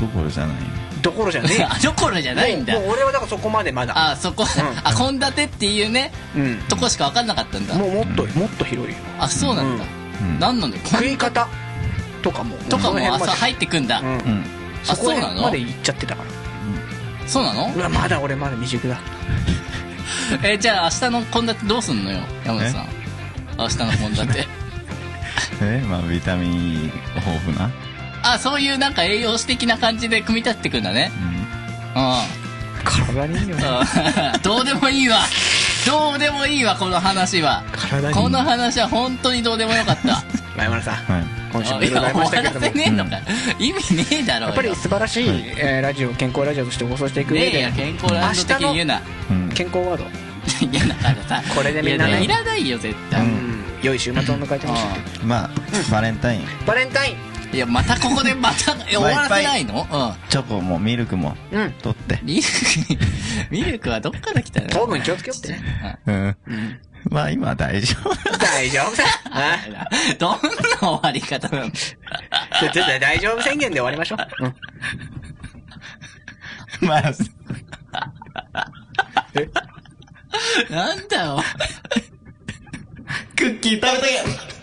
S4: どころじゃないよ。
S1: どころじゃねえよ
S3: あ、どころじゃ ないんだ
S1: もう。もう俺はだからそこまでまだ
S3: あ、そこ、あ、献立っていうね、
S1: うん
S3: とこしか分かんなかったんだ。
S1: もうもっともっと広いよ
S3: あ、そうなんだ。
S4: うん
S3: なんなんだよ。
S1: 食い方とかも
S3: とか
S1: その
S3: も朝
S1: 辺まで
S3: 入ってくんだ。
S1: うん
S4: うん。
S3: あ、
S1: そこ
S3: そ
S1: ら
S3: うな
S1: 辺ま
S3: の
S1: で行っちゃってたから
S3: そうなの
S1: うわまだ俺まだ未熟だ
S3: え、じゃあ明日の献立どうすんのよ、山本さん。明日の献立。
S4: え、まあ、ビタミン豊富な。
S3: あ、そういうなんか栄養士的な感じで組み立ってくんだね。うん。
S1: 体にいいよね
S3: うんどうでもいいわどうでもいいわこの話は
S1: 体にいい
S3: この話は本当に どうでもよかった
S1: まあ山田さん
S4: はい。
S1: 今週もい
S3: い
S1: ろいろあ
S3: や
S1: り
S3: 終
S1: まし
S3: わ
S1: たけれど
S3: らせ
S1: も
S3: ねえのか、意味ねえだろうよ
S1: やっぱり素晴らしい、えーラジオ健康ラジオとして放送していく
S3: ね
S1: 上
S3: え
S1: で、
S3: や健康ランド的に言うな
S4: うん。
S1: 健康ワード、
S3: 嫌なからさ
S1: これでみんなね
S3: いやいらないよ絶対、
S4: うん
S1: うん、良い週末を迎えてほしいと
S4: まあ、バレンタイン、
S1: バレンタイン
S3: いやまたここでまたえ終わらせないのう
S4: チョコもミルクも
S1: うん
S4: 取って
S3: ん。ミルク ミルクはどっから来たの
S1: 糖分気をつけよ ってね
S4: うん。まあ、今は大丈夫。
S1: 大丈夫さ あ
S3: どんな終わり方なの
S1: ちょちょちょ大丈夫宣言で終わりましょう、うん
S4: まあ、
S3: なんだよ
S4: クッキー食べたい